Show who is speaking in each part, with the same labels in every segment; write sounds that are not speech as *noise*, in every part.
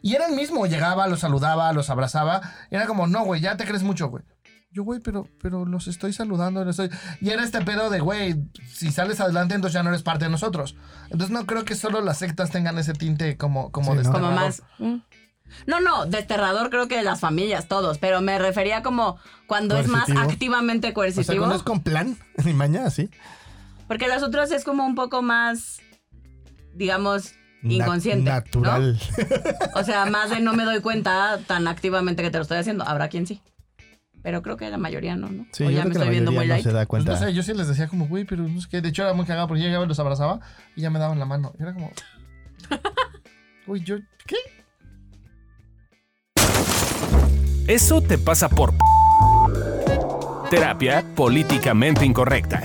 Speaker 1: Y era el mismo, llegaba, los saludaba, los abrazaba. Y era como, no, güey, ya te crees mucho, güey. Yo, güey, pero, pero los estoy saludando, los estoy... Y era este pedo de, güey, si sales adelante, entonces ya no eres parte de nosotros. Entonces no creo que solo las sectas tengan ese tinte como, como
Speaker 2: Sí, ¿no?
Speaker 1: desterrador.
Speaker 2: Como
Speaker 3: más. mm. No, no, desterrador creo que de las familias, todos, pero me refería como cuando es
Speaker 2: Coercitivo.
Speaker 3: más activamente
Speaker 2: O sea,
Speaker 3: coercitivo.
Speaker 2: cuando es con plan, *laughs* ni mañana, sí.
Speaker 3: Porque las otras es como un poco más, digamos,
Speaker 2: Na-
Speaker 3: inconsciente. ¿no?
Speaker 2: natural.
Speaker 3: O sea, más de no me doy cuenta tan activamente que te lo estoy haciendo. Habrá quien sí. Pero creo que la mayoría no, ¿no?
Speaker 2: Sí,
Speaker 3: o
Speaker 2: yo creo
Speaker 3: ya me
Speaker 2: que la
Speaker 3: estoy viendo muy
Speaker 2: mayoría no
Speaker 3: light.
Speaker 2: se da
Speaker 1: Pues
Speaker 2: cuenta.
Speaker 1: no sé, yo sí les decía como, güey, pero no sé qué. De hecho, era muy cagado porque yo llegaba y los abrazaba y ya me daban la mano. Y era
Speaker 3: *laughs*
Speaker 1: como. Uy, yo. ¿Qué?
Speaker 4: Eso te pasa por... p- Terapia políticamente incorrecta.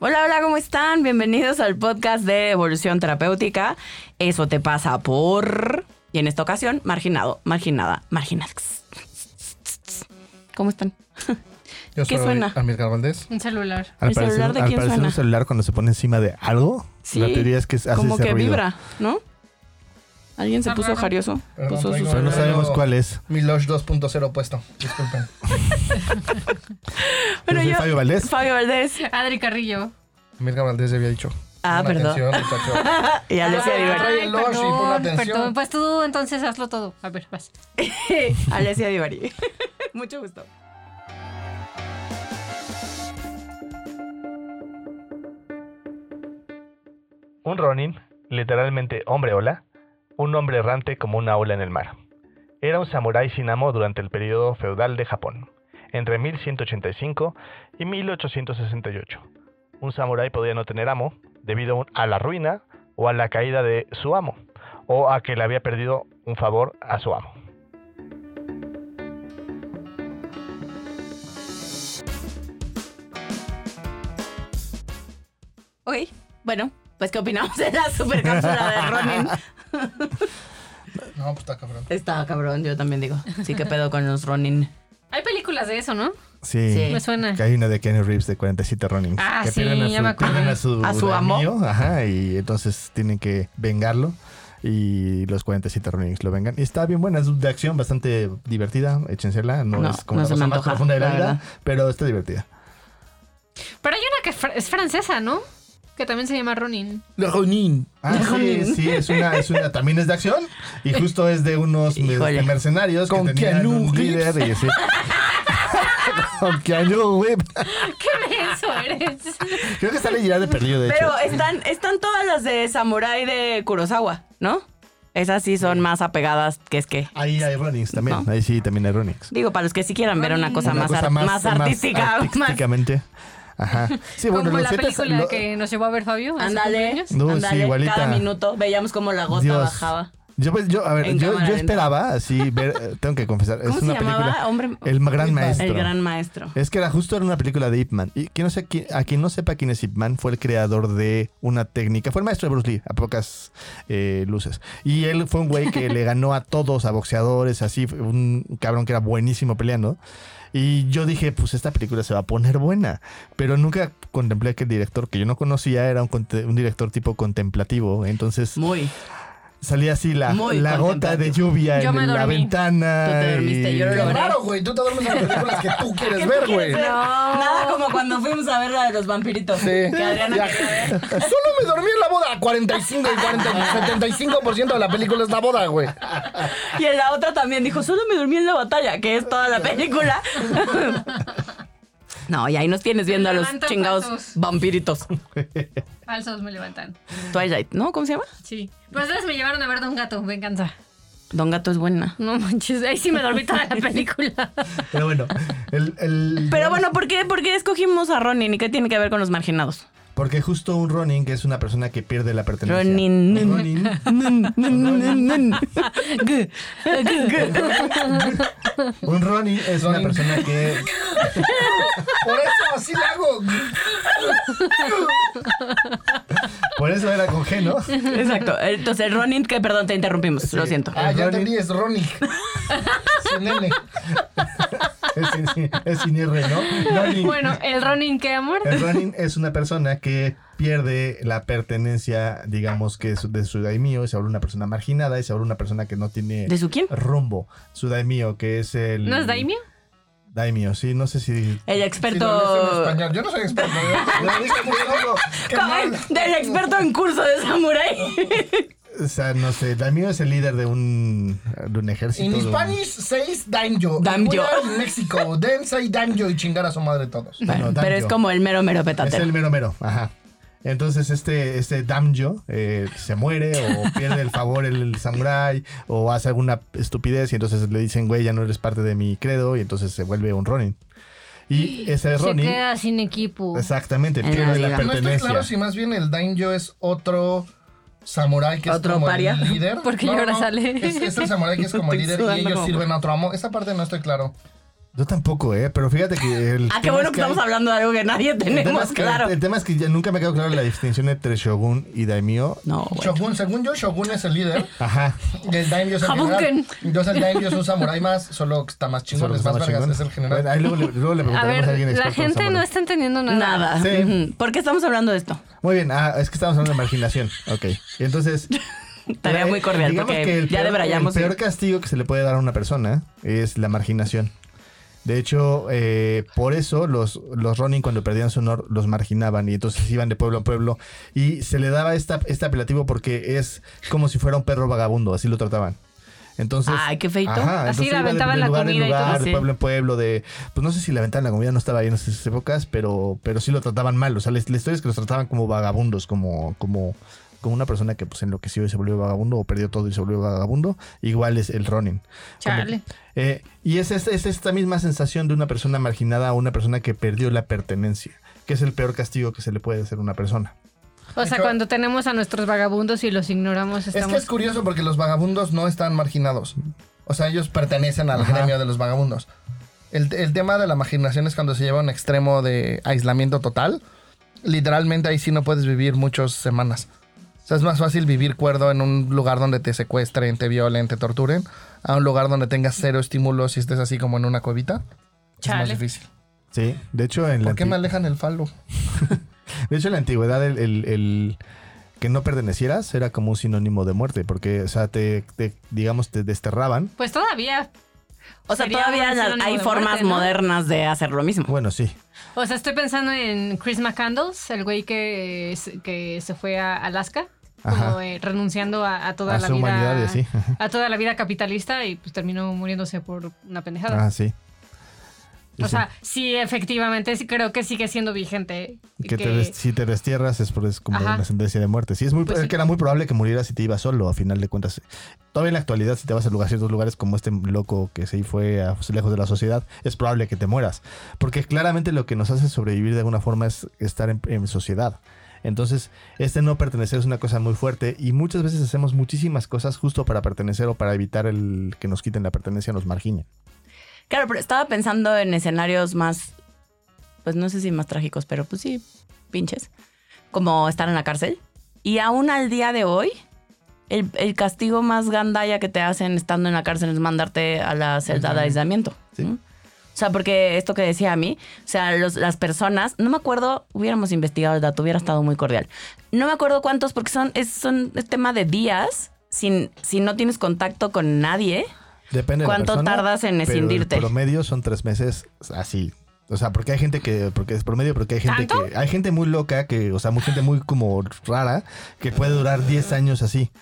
Speaker 3: Hola, hola, ¿cómo están? Bienvenidos al podcast de Evolución Terapéutica. Eso te pasa por... Y en esta ocasión, marginado, marginada, marginax. ¿Cómo están?
Speaker 1: Yo
Speaker 3: ¿Qué suena?
Speaker 1: Amilcar Valdés.
Speaker 5: Un celular.
Speaker 2: Al
Speaker 3: ¿El
Speaker 2: parecer,
Speaker 3: celular de
Speaker 2: al
Speaker 3: quién
Speaker 2: parecer
Speaker 3: suena?
Speaker 2: un celular cuando se pone encima de algo,
Speaker 3: Sí,
Speaker 2: la teoría es que hace
Speaker 3: Como
Speaker 2: ese
Speaker 3: que
Speaker 2: ruido.
Speaker 3: vibra, ¿no? ¿Alguien se
Speaker 5: Está
Speaker 3: puso
Speaker 5: raro.
Speaker 3: jarioso?
Speaker 1: Perdón,
Speaker 3: Puso
Speaker 1: traigo-
Speaker 3: sus-
Speaker 2: Pero no
Speaker 1: Pero-
Speaker 2: sabemos cuál es.
Speaker 1: Mi Lush 2.0 puesto. Disculpen.
Speaker 3: Bueno,
Speaker 2: soy
Speaker 3: yo-
Speaker 2: Fabio Valdés.
Speaker 3: Fabio Valdés.
Speaker 5: Adri Carrillo.
Speaker 1: Amilcar Valdés ya había dicho.
Speaker 3: Ah,
Speaker 1: Pon
Speaker 3: perdón.
Speaker 1: atención,
Speaker 3: *laughs*
Speaker 1: muchacho.
Speaker 3: Y Alessia
Speaker 5: Ay,
Speaker 3: Divari.
Speaker 1: Trae el Lush y pon
Speaker 5: perdón,
Speaker 1: atención.
Speaker 5: perdón. Pues tú entonces hazlo todo. A ver, vas.
Speaker 3: Alessia Divari. *laughs* Mucho gusto.
Speaker 6: Un Ronin, literalmente hombre ola, un hombre errante como una ola en el mar. Era un samurái sin amo durante el periodo feudal de Japón, entre 1185 y 1868. Un samurái podía no tener amo debido a la ruina o a la caída de su amo, o a que le había perdido un favor a su amo.
Speaker 3: Ok, bueno, pues ¿qué opinamos de la supercápsula de *laughs* Ronin?
Speaker 1: No, pues está cabrón.
Speaker 3: Está cabrón, yo también digo. Sí, qué pedo con los Ronin.
Speaker 5: Hay películas de eso, ¿no?
Speaker 2: Sí.
Speaker 5: Me suena.
Speaker 2: Que hay una de Kenny Reeves de 47 Ronin.
Speaker 5: Ah,
Speaker 2: que
Speaker 5: sí,
Speaker 2: pierden a
Speaker 5: ya
Speaker 2: su-
Speaker 5: me acordé.
Speaker 2: pierden a su,
Speaker 3: A su amo.
Speaker 2: amigo, Ajá, y entonces tienen que vengarlo. Y los 47 Ronin lo vengan. Y está bien buena, es de acción bastante divertida. Échensela. No,
Speaker 3: No,
Speaker 2: es como
Speaker 3: no
Speaker 2: la
Speaker 3: se
Speaker 2: cosa
Speaker 3: me
Speaker 2: más
Speaker 3: antoja,
Speaker 2: profunda de la,
Speaker 3: la
Speaker 2: vida,
Speaker 3: verdad.
Speaker 2: pero está divertida.
Speaker 5: Pero hay una que fr- es francesa, ¿no? Que también se llama Ronin. *laughs*
Speaker 1: Ronin.
Speaker 2: Ah, sí, sí, es una, es una, también es de acción. Y justo es de unos este,
Speaker 3: Híjole.
Speaker 2: mercenarios
Speaker 1: Con
Speaker 2: que tenían
Speaker 1: Keanu
Speaker 2: un
Speaker 1: Reeves.
Speaker 2: líder y así. Con Keanu Reeves.
Speaker 5: ¡Qué menso eres!
Speaker 2: Creo que sale Gerard de perdido, de hecho.
Speaker 3: Pero están, están todas las de Samurai de Kurosawa, ¿no? Esas sí son más apegadas que es que.
Speaker 2: Ahí hay Ronings también.
Speaker 3: No.
Speaker 2: Ahí sí, también hay Ronings.
Speaker 3: Digo, para los que sí quieran ver una cosa,
Speaker 2: Una
Speaker 3: más,
Speaker 2: cosa
Speaker 3: ar- más, artística. *laughs* más-
Speaker 2: artísticamente. Ajá. Sí, bueno,
Speaker 5: Como
Speaker 2: los
Speaker 5: la
Speaker 2: zetas-
Speaker 5: película
Speaker 2: lo-
Speaker 5: que nos llevó a ver Fabio. a su
Speaker 3: Ándale,
Speaker 5: cumpleaños.
Speaker 2: No, sí,
Speaker 3: ándale,
Speaker 2: igualita.
Speaker 3: cada minuto veíamos como la gota
Speaker 2: Dios.
Speaker 3: bajaba.
Speaker 2: Yo, pues, yo, a ver,
Speaker 3: En
Speaker 2: yo,
Speaker 3: cámara
Speaker 2: yo
Speaker 3: lenta.
Speaker 2: esperaba así ver, eh, tengo que confesar, es
Speaker 3: ¿Cómo se
Speaker 2: una
Speaker 3: llamaba?
Speaker 2: película.
Speaker 3: Hombre-
Speaker 2: El gran maestro.
Speaker 3: El gran maestro.
Speaker 2: Es que era justo era una película de Ip Man. Y que no sé, qui- a quien no sepa quién es Ip Man, fue el creador de una técnica. Fue el maestro de Bruce Lee, a pocas eh, luces. Y él fue un güey que le ganó a todos, a boxeadores, así. fue Un cabrón que era buenísimo peleando. Y yo dije, pues esta película se va a poner buena. Pero nunca contemplé que el director, que yo no conocía, era un, conte- un director tipo contemplativo. Entonces
Speaker 3: Muy.
Speaker 2: salía así la,
Speaker 3: Muy
Speaker 2: la gota de
Speaker 3: contemplativo.
Speaker 2: lluvia
Speaker 5: Yo me
Speaker 2: en la
Speaker 5: dormí.
Speaker 2: ventana.
Speaker 3: Tú te dormiste, yo lo
Speaker 2: y-
Speaker 1: Qué
Speaker 3: logré.
Speaker 1: raro, güey. Tú te duermes en las películas que tú quieres ver, güey.
Speaker 2: pues.
Speaker 3: No. Nada como cuando fuimos a ver la de los vampiritos.
Speaker 1: Sí.
Speaker 3: Que Adriana
Speaker 1: Ya.
Speaker 3: quería ver.
Speaker 1: Solo me dormí en la boda. 45 y *laughs* 40, 75% de la película es la boda, güey.
Speaker 3: Y en la otra también dijo, solo me dormí en la batalla, que es toda la película. No, y ahí nos tienes viendo a los
Speaker 5: Levanta
Speaker 3: chingados
Speaker 5: pasos.
Speaker 3: vampiritos.
Speaker 5: Falsos me levantan.
Speaker 3: Twilight, ¿no? ¿Cómo se llama?
Speaker 5: Sí. Pues entonces me llevaron a ver Don Gato. Venganza.
Speaker 3: Don Gato es buena.
Speaker 5: No manches. Ahí sí me dormí toda la película.
Speaker 2: *laughs* Pero bueno, el- el
Speaker 3: Pero bueno, ¿por qué, ¿por qué escogimos a Ronin y qué tiene que ver con los marginados?
Speaker 2: Porque justo un Ronin, que es una persona que pierde la pertenencia.
Speaker 3: Ronin.
Speaker 2: Un Ronin. Un Ronin es una
Speaker 1: Ronin.
Speaker 2: persona que.
Speaker 1: Por eso así la hago.
Speaker 2: Por eso era con G, ¿no?
Speaker 3: Exacto. Entonces, Ronin, que perdón, te interrumpimos, lo siento.
Speaker 1: Ah, ya entendí, es Ronnie. Sin N.
Speaker 2: Es sin, es sin R, ¿no? Ronin.
Speaker 5: bueno, el Ronin, qué amor.
Speaker 2: El Ronin es una persona que pierde la pertenencia, digamos que es de su daimio, y se vuelve una persona marginada y se vuelve una persona que no tiene
Speaker 3: ¿De su quién?
Speaker 2: rumbo. Su daimio, que es el...
Speaker 5: ¿No es Daimio?
Speaker 2: Daimio, sí, no sé si...
Speaker 3: El
Speaker 1: Sí, no, yo soy
Speaker 3: experto.
Speaker 1: español. Yo no soy experto. yo-
Speaker 5: Ah,
Speaker 1: *laughs* yo dije, "Bueno, qué
Speaker 3: Como
Speaker 1: mal".
Speaker 3: el- Del experto en curso de samurái.
Speaker 2: O sea, no sé, daimio es el líder de un, de un ejército.
Speaker 1: En
Speaker 2: de un-
Speaker 1: Spanish, 6 daño.
Speaker 3: Daimyo.
Speaker 1: En México, dense y daño y chingar a su madre todos.
Speaker 2: Bueno,
Speaker 3: Pero
Speaker 2: daimyo.
Speaker 3: es como el mero mero
Speaker 2: Es
Speaker 3: petatero.
Speaker 2: el mero mero, ajá. Entonces este, este Damjo eh, se muere o pierde el favor el, samurái o hace alguna estupidez y entonces le dicen, güey, ya no eres parte de mi credo y entonces se vuelve un Ronin. Y ese
Speaker 5: Se
Speaker 2: Ronin,
Speaker 5: queda sin equipo.
Speaker 2: exactamente,
Speaker 3: En la
Speaker 2: pierde la,
Speaker 3: liga.
Speaker 1: Ah, No estoy
Speaker 2: pertenencia.
Speaker 1: claro si más bien el daño es otro samurái que
Speaker 3: ¿Otro
Speaker 1: es como
Speaker 3: paria?
Speaker 1: el líder.
Speaker 5: *laughs* Porque ya ahora sale.
Speaker 1: Es, es el samurái que es
Speaker 5: *laughs*
Speaker 1: como el
Speaker 3: Estoy
Speaker 1: líder y
Speaker 3: sudando
Speaker 1: ellos
Speaker 3: como-
Speaker 1: sirven a otro amo. Esa parte no estoy claro.
Speaker 2: Yo tampoco, ¿eh? Pero fíjate que... El
Speaker 3: *laughs* Ah, qué
Speaker 2: tema
Speaker 3: bueno
Speaker 2: es
Speaker 3: que estamos
Speaker 2: hay-
Speaker 3: hablando de algo que nadie
Speaker 2: el tema es
Speaker 3: tenemos
Speaker 2: que-
Speaker 3: claro.
Speaker 2: El tema es que ya nunca me quedó claro la distinción entre Shogun y Daimyo.
Speaker 3: No, güey.
Speaker 1: Shogun, según yo, Shogun es el líder.
Speaker 2: Ajá.
Speaker 1: Y el Daimyo es el general.
Speaker 5: Hadouken.
Speaker 1: Entonces el Daimyo es un samurái más, solo que está más chingón,
Speaker 2: Solo
Speaker 1: es
Speaker 2: está
Speaker 1: más
Speaker 2: más
Speaker 1: vergas,
Speaker 2: chingón.
Speaker 1: es el
Speaker 2: Bueno,
Speaker 1: general.
Speaker 2: ahí luego, le- luego le
Speaker 5: A
Speaker 2: preguntaremos
Speaker 5: ver,
Speaker 2: a alguien
Speaker 5: la
Speaker 2: experto en
Speaker 5: gente no
Speaker 2: samurái.
Speaker 5: está entendiendo nada.
Speaker 3: Nada.
Speaker 2: Sí.
Speaker 3: Ujú. ¿Por qué estamos hablando de esto?
Speaker 2: Muy bien, ah, es que estamos hablando de
Speaker 3: *laughs*
Speaker 2: marginación. Ok. Entonces.
Speaker 3: Tarea
Speaker 2: eh,
Speaker 3: muy cordial
Speaker 2: digamos
Speaker 3: porque
Speaker 2: que el
Speaker 3: ya
Speaker 2: peor-
Speaker 3: debrayamos.
Speaker 2: El peor castigo que se le puede dar a una persona es la marginación. De hecho, eh, por eso los, los Ronin cuando perdían su honor los marginaban y entonces iban de pueblo en pueblo y se le daba esta, este apelativo porque es como si fuera un perro vagabundo, así lo trataban. Entonces,
Speaker 3: Ay, qué feito.
Speaker 2: Ajá,
Speaker 5: Así
Speaker 2: entonces
Speaker 5: le
Speaker 2: iba de-
Speaker 5: aventaban
Speaker 2: de
Speaker 5: la
Speaker 2: lugar en
Speaker 5: comida y todo
Speaker 2: lugar,
Speaker 3: así.
Speaker 2: De pueblo en pueblo, de. Pues no sé si le aventaban la comida, no estaba ahí en esas épocas, pero, pero sí lo trataban mal. O sea, la, la historia es que los trataban como vagabundos, como, como, como una persona que pues enloqueció y se volvió vagabundo, o perdió todo y se volvió vagabundo. Igual es el Ronin. Como-
Speaker 5: Chale.
Speaker 2: eh, y es, es- es esta misma sensación de una persona marginada a una persona que perdió la pertenencia, que es el peor castigo que se le puede hacer a una persona.
Speaker 5: O sea,
Speaker 1: Yo-
Speaker 5: cuando tenemos a nuestros vagabundos y los ignoramos,
Speaker 1: Es que
Speaker 5: estamos.
Speaker 1: es curioso porque los vagabundos no están marginados. O sea, ellos pertenecen al
Speaker 2: Ajá.
Speaker 1: gremio de los vagabundos. El, el tema de la marginación es cuando se lleva a un extremo de aislamiento total. Literalmente ahí sí no puedes vivir muchas semanas. O sea, es más fácil vivir cuerdo en un lugar donde te secuestren, te violen, te torturen, a un lugar donde tengas cero estímulos y estés así como en una cuevita. Es
Speaker 5: Chale.
Speaker 1: más difícil.
Speaker 2: Sí, de hecho en la
Speaker 1: ¿Por qué
Speaker 2: antigü-
Speaker 1: me alejan el faldo?
Speaker 2: De hecho, en la antigüedad, el, el- el que no pertenecieras era como un sinónimo de muerte, porque, o sea, te, te, digamos, te desterraban.
Speaker 5: Pues todavía.
Speaker 3: O sea,
Speaker 5: Sería
Speaker 3: todavía
Speaker 5: un sinónimo
Speaker 3: hay
Speaker 5: de
Speaker 3: formas
Speaker 5: muerte, ¿no?
Speaker 3: modernas de hacer lo mismo.
Speaker 2: Bueno, sí.
Speaker 5: O sea, estoy pensando en Chris McCandles, el güey que, se- que se fue a Alaska,
Speaker 2: Ajá.
Speaker 5: como eh, renunciando a, a toda
Speaker 2: a
Speaker 5: la
Speaker 2: su
Speaker 5: vida.
Speaker 2: humanidad y así.
Speaker 5: A toda la vida capitalista y pues terminó muriéndose por una pendejada.
Speaker 2: Ah, sí.
Speaker 5: o
Speaker 2: Sí,
Speaker 5: sea, sí, efectivamente, sí, creo que sigue siendo vigente.
Speaker 2: sí. que te des- si te destierras es, por- es como
Speaker 5: Ajá.
Speaker 2: una sentencia de muerte. Sí, es muy,
Speaker 5: Pues
Speaker 2: es
Speaker 5: sí.
Speaker 2: que era muy probable que murieras si te ibas solo, a final de cuentas. Todavía en la actualidad, si te vas a lugar, ciertos lugares como este loco que se fue a, lejos de la sociedad, es probable que te mueras. Porque claramente lo que nos hace sobrevivir de alguna forma es estar en, en sociedad. Entonces, este no pertenecer es una cosa muy fuerte y muchas veces hacemos muchísimas cosas justo para pertenecer o para evitar el que nos quiten la pertenencia, nos marginen.
Speaker 3: Claro, pero estaba pensando en escenarios más, pues no sé si más trágicos, pero pues sí, pinches. Como estar en la cárcel. Y aún al día de hoy, el, el castigo más gandalla que te hacen estando en la cárcel es mandarte a la celda de aislamiento.
Speaker 2: Sí.
Speaker 3: ¿no? O sea, porque esto que decía a mí, o sea, los- las personas, no me acuerdo, hubiéramos investigado el dato, hubiera estado muy cordial. No me acuerdo cuántos, porque son, es, son, es tema de días, sin, si no tienes contacto con nadie.
Speaker 2: Depende de la
Speaker 3: ¿Cuánto
Speaker 2: persona,
Speaker 3: tardas en
Speaker 2: pero el
Speaker 3: escindirte?
Speaker 2: promedio son tres meses así. O sea, porque hay gente que, porque es promedio, porque hay gente
Speaker 5: ¿Tanto?
Speaker 2: que, hay gente muy loca, que, o sea, muy gente muy como rara, que puede durar 10 años así.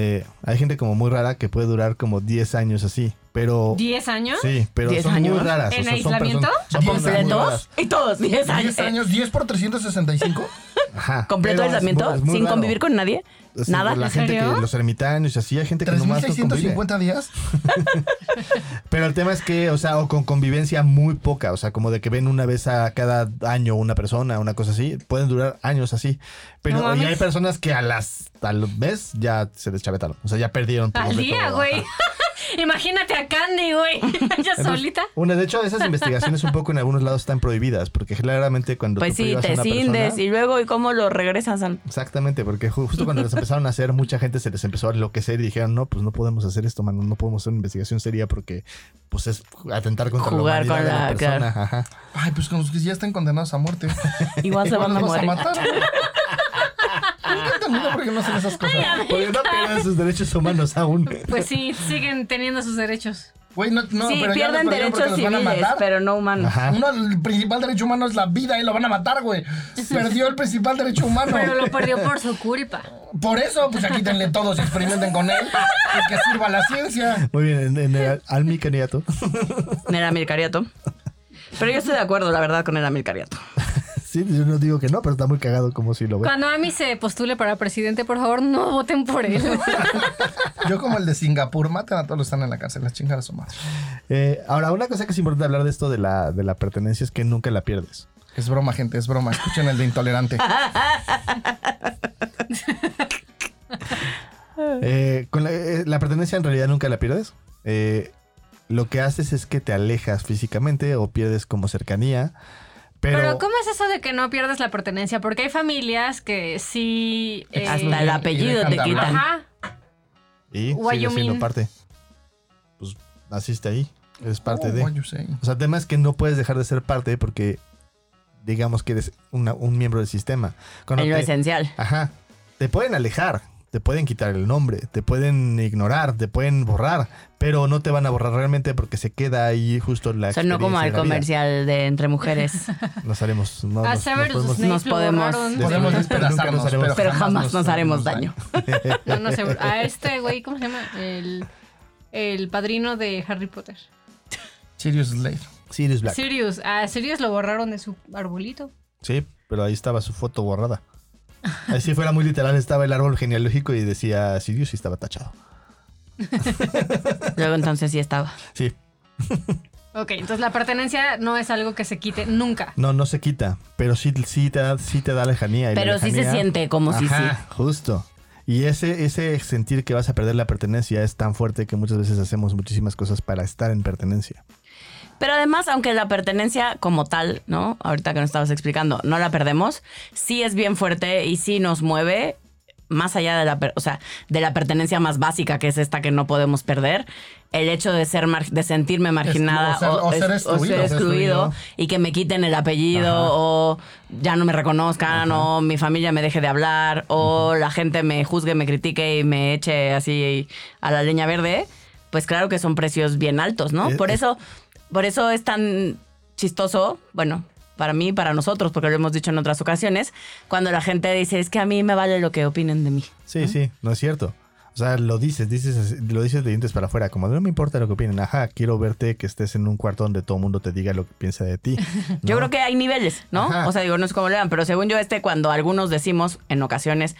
Speaker 2: Eh, hay gente como muy rara que puede durar como 10 años así, pero...
Speaker 5: ¿10 años?
Speaker 2: Sí, pero
Speaker 3: ¿Diez
Speaker 2: son muy
Speaker 3: años?
Speaker 2: raras.
Speaker 5: ¿En
Speaker 2: o sea, son
Speaker 5: aislamiento?
Speaker 2: personas- son personas muy
Speaker 3: completos
Speaker 2: raras.
Speaker 3: y todos
Speaker 5: Pues,
Speaker 3: 10 años.
Speaker 5: eh.
Speaker 1: 10 años, 10 por 365.
Speaker 2: Ajá.
Speaker 3: Completo
Speaker 2: Pero es-
Speaker 3: aislamiento
Speaker 2: es muy
Speaker 3: sin
Speaker 2: raro.
Speaker 3: convivir con nadie.
Speaker 2: O sea,
Speaker 3: Nada.
Speaker 2: La
Speaker 5: ¿En
Speaker 2: gente
Speaker 5: serio?
Speaker 2: que, los ermitaños y así, hay gente que nomás no convive.
Speaker 1: 3650 días.
Speaker 2: Pero el tema es que, o sea, o con convivencia muy poca, o sea, como de que ven una vez a cada año una persona, una cosa así, pueden durar años así. Pero
Speaker 5: No
Speaker 2: y
Speaker 5: mames.
Speaker 2: hay personas que a las tal vez ya se deschavetaron, o sea, ya perdieron por
Speaker 5: Al
Speaker 2: completo,
Speaker 5: día,
Speaker 2: *laughs* ajá.
Speaker 5: güey. Imagínate a Candy, güey. *laughs* Ella
Speaker 2: Entonces,
Speaker 5: solita.
Speaker 2: Una, de hecho, esas investigaciones un poco en algunos lados están prohibidas, porque claramente cuando
Speaker 3: Pues
Speaker 2: tú
Speaker 3: sí,
Speaker 2: prohíbas a
Speaker 3: te
Speaker 2: una persona-
Speaker 3: cindes y luego, ¿y cómo lo regresas? al-
Speaker 2: Exactamente, porque ju- justo cuando les empezaron a hacer, mucha gente se les empezó a enloquecer y dijeron, no, pues no podemos hacer esto, mano, no podemos hacer una investigación seria porque pues es atentar contra
Speaker 3: Jugar
Speaker 2: la
Speaker 3: con
Speaker 2: humanidad de
Speaker 3: la-
Speaker 2: la persona.
Speaker 3: claro.
Speaker 2: Ajá.
Speaker 1: Ay, pues con los que ya están condenados a muerte.
Speaker 3: Igual se
Speaker 1: Igual *laughs*
Speaker 3: van a
Speaker 1: los vas a
Speaker 3: morir.
Speaker 1: matar. Intentan, ¿no? porque no hacen esas cosas.
Speaker 2: *laughs* Porque no pierden sus derechos humanos aún.
Speaker 5: Pues sí, siguen teniendo sus derechos.
Speaker 1: Güey, no, no, pero
Speaker 3: sí,
Speaker 1: ya los
Speaker 3: pierden
Speaker 1: perdieron porque
Speaker 3: derechos
Speaker 1: los van a
Speaker 3: civiles,
Speaker 1: matar.
Speaker 3: pero no
Speaker 1: *laughs*
Speaker 3: humanos.
Speaker 2: Ajá.
Speaker 1: Uno, el principal derecho humano es la vida y lo van a matar, güey. Perdió el principal derecho humano.
Speaker 5: Pero lo perdió por su culpa.
Speaker 1: Por eso, pues ya quítenle todos, experimenten con él y que sirva la ciencia.
Speaker 2: Muy bien, en, en el- al mi candidato. *laughs*
Speaker 3: Era Cariato. Pero yo estoy de acuerdo, la verdad, con Era Cariato.
Speaker 2: Sí, yo no digo que no, pero está muy cagado como si lo ve.
Speaker 5: Cuando Ami se postule para presidente, por favor, no voten por él.
Speaker 1: Yo como el de Singapur, maten a todos los que están en la cárcel, la chingada a su madre.
Speaker 2: Eh, ahora, una cosa que es importante hablar de esto de la, de la pertenencia es que nunca la pierdes.
Speaker 1: Es broma, gente, es broma. Escuchen el de intolerante.
Speaker 3: Ah.
Speaker 2: Eh, con la, eh, la pertenencia en realidad nunca la pierdes. Eh, lo que haces es que te alejas físicamente o pierdes como cercanía. Pero,
Speaker 5: Pero, ¿cómo es eso de que no pierdes la pertenencia? Porque hay familias que sí. eh,
Speaker 3: Hasta el apellido
Speaker 1: dejan
Speaker 3: te
Speaker 1: de hablar.
Speaker 3: quitan.
Speaker 5: Ajá.
Speaker 2: y
Speaker 5: What
Speaker 2: sigue
Speaker 5: you
Speaker 2: siendo
Speaker 5: mean?
Speaker 2: parte. Pues naciste ahí. Eres parte
Speaker 1: Oh,
Speaker 2: de.
Speaker 1: what you say.
Speaker 2: O sea, el tema es que no puedes dejar de ser parte porque digamos que eres una- un miembro del sistema. Cuando
Speaker 3: En lo
Speaker 2: te-
Speaker 3: esencial.
Speaker 2: Ajá. Te pueden alejar, te pueden quitar el nombre, te pueden ignorar, te pueden borrar, pero no te van a borrar realmente porque se queda ahí justo la
Speaker 3: O sea, no
Speaker 2: experiencia de
Speaker 3: como al
Speaker 2: la vida.
Speaker 3: comercial de Entre Mujeres.
Speaker 2: Nos haremos. No,
Speaker 5: A
Speaker 2: nos-
Speaker 5: Severus
Speaker 2: nos podemos-
Speaker 5: Snape
Speaker 3: nos
Speaker 5: lo
Speaker 3: podemos-
Speaker 5: borraron.
Speaker 2: Desde-
Speaker 1: Podemos
Speaker 2: Nunca
Speaker 1: despedazarnos,
Speaker 2: nos haremos-
Speaker 1: pero,
Speaker 3: Pero jamás nos haremos
Speaker 1: nos
Speaker 3: daño.
Speaker 5: No, no sé, A este güey, ¿cómo se llama? El, el padrino de Harry Potter.
Speaker 1: Sirius Slade.
Speaker 2: Sirius Black.
Speaker 5: Sirius. A Sirius lo borraron de su arbolito.
Speaker 2: Sí, pero ahí estaba su foto borrada. Así fuera muy literal, estaba el árbol genealógico y decía Sirius y estaba tachado.
Speaker 3: Luego entonces sí estaba.
Speaker 2: Sí,
Speaker 5: Ok, entonces la pertenencia no es algo que se quite nunca.
Speaker 2: no, no se quita, pero sí, sí, te, da, sí te da lejanía. y la
Speaker 3: Pero sí se
Speaker 2: lejanía-
Speaker 3: siente como si sí.
Speaker 2: Ajá, Justo. Y ese, ese sentir que vas a perder la pertenencia es tan fuerte que muchas veces hacemos muchísimas cosas para estar en pertenencia.
Speaker 3: Pero además, aunque la pertenencia como tal, ¿no? Ahorita que nos estabas explicando, no la perdemos, sí es bien fuerte y sí nos mueve más allá de la, per- o sea, de la pertenencia más básica, que es esta que no podemos perder, el hecho de ser mar- de sentirme marginada
Speaker 1: Exclu- o ser- o ser
Speaker 3: es-
Speaker 1: excluido.
Speaker 3: ser excluido
Speaker 2: Excluido.
Speaker 3: y que me quiten el apellido
Speaker 2: Ajá.
Speaker 3: o ya no me reconozcan o mi familia me deje de hablar o la gente me juzgue, me critique y me eche así a la leña verde, pues claro que son precios bien altos, ¿no?
Speaker 2: Eh,
Speaker 3: Por
Speaker 2: eh.
Speaker 3: eso por eso es tan chistoso, bueno, para mí y para nosotros, porque lo hemos dicho en otras ocasiones, cuando la gente dice, es que a mí me vale lo que opinen de mí.
Speaker 2: Sí, sí, no es cierto. O sea, lo dices, dices, así- lo dices de dientes para afuera, como no me importa lo que opinen, ajá, quiero verte que estés en un cuarto donde todo el mundo te diga lo que piensa de ti.
Speaker 3: *laughs* Yo creo que hay niveles, ¿no?
Speaker 2: Ajá.
Speaker 3: O sea, digo, no es como lean, pero según yo, este, cuando algunos decimos, en ocasiones,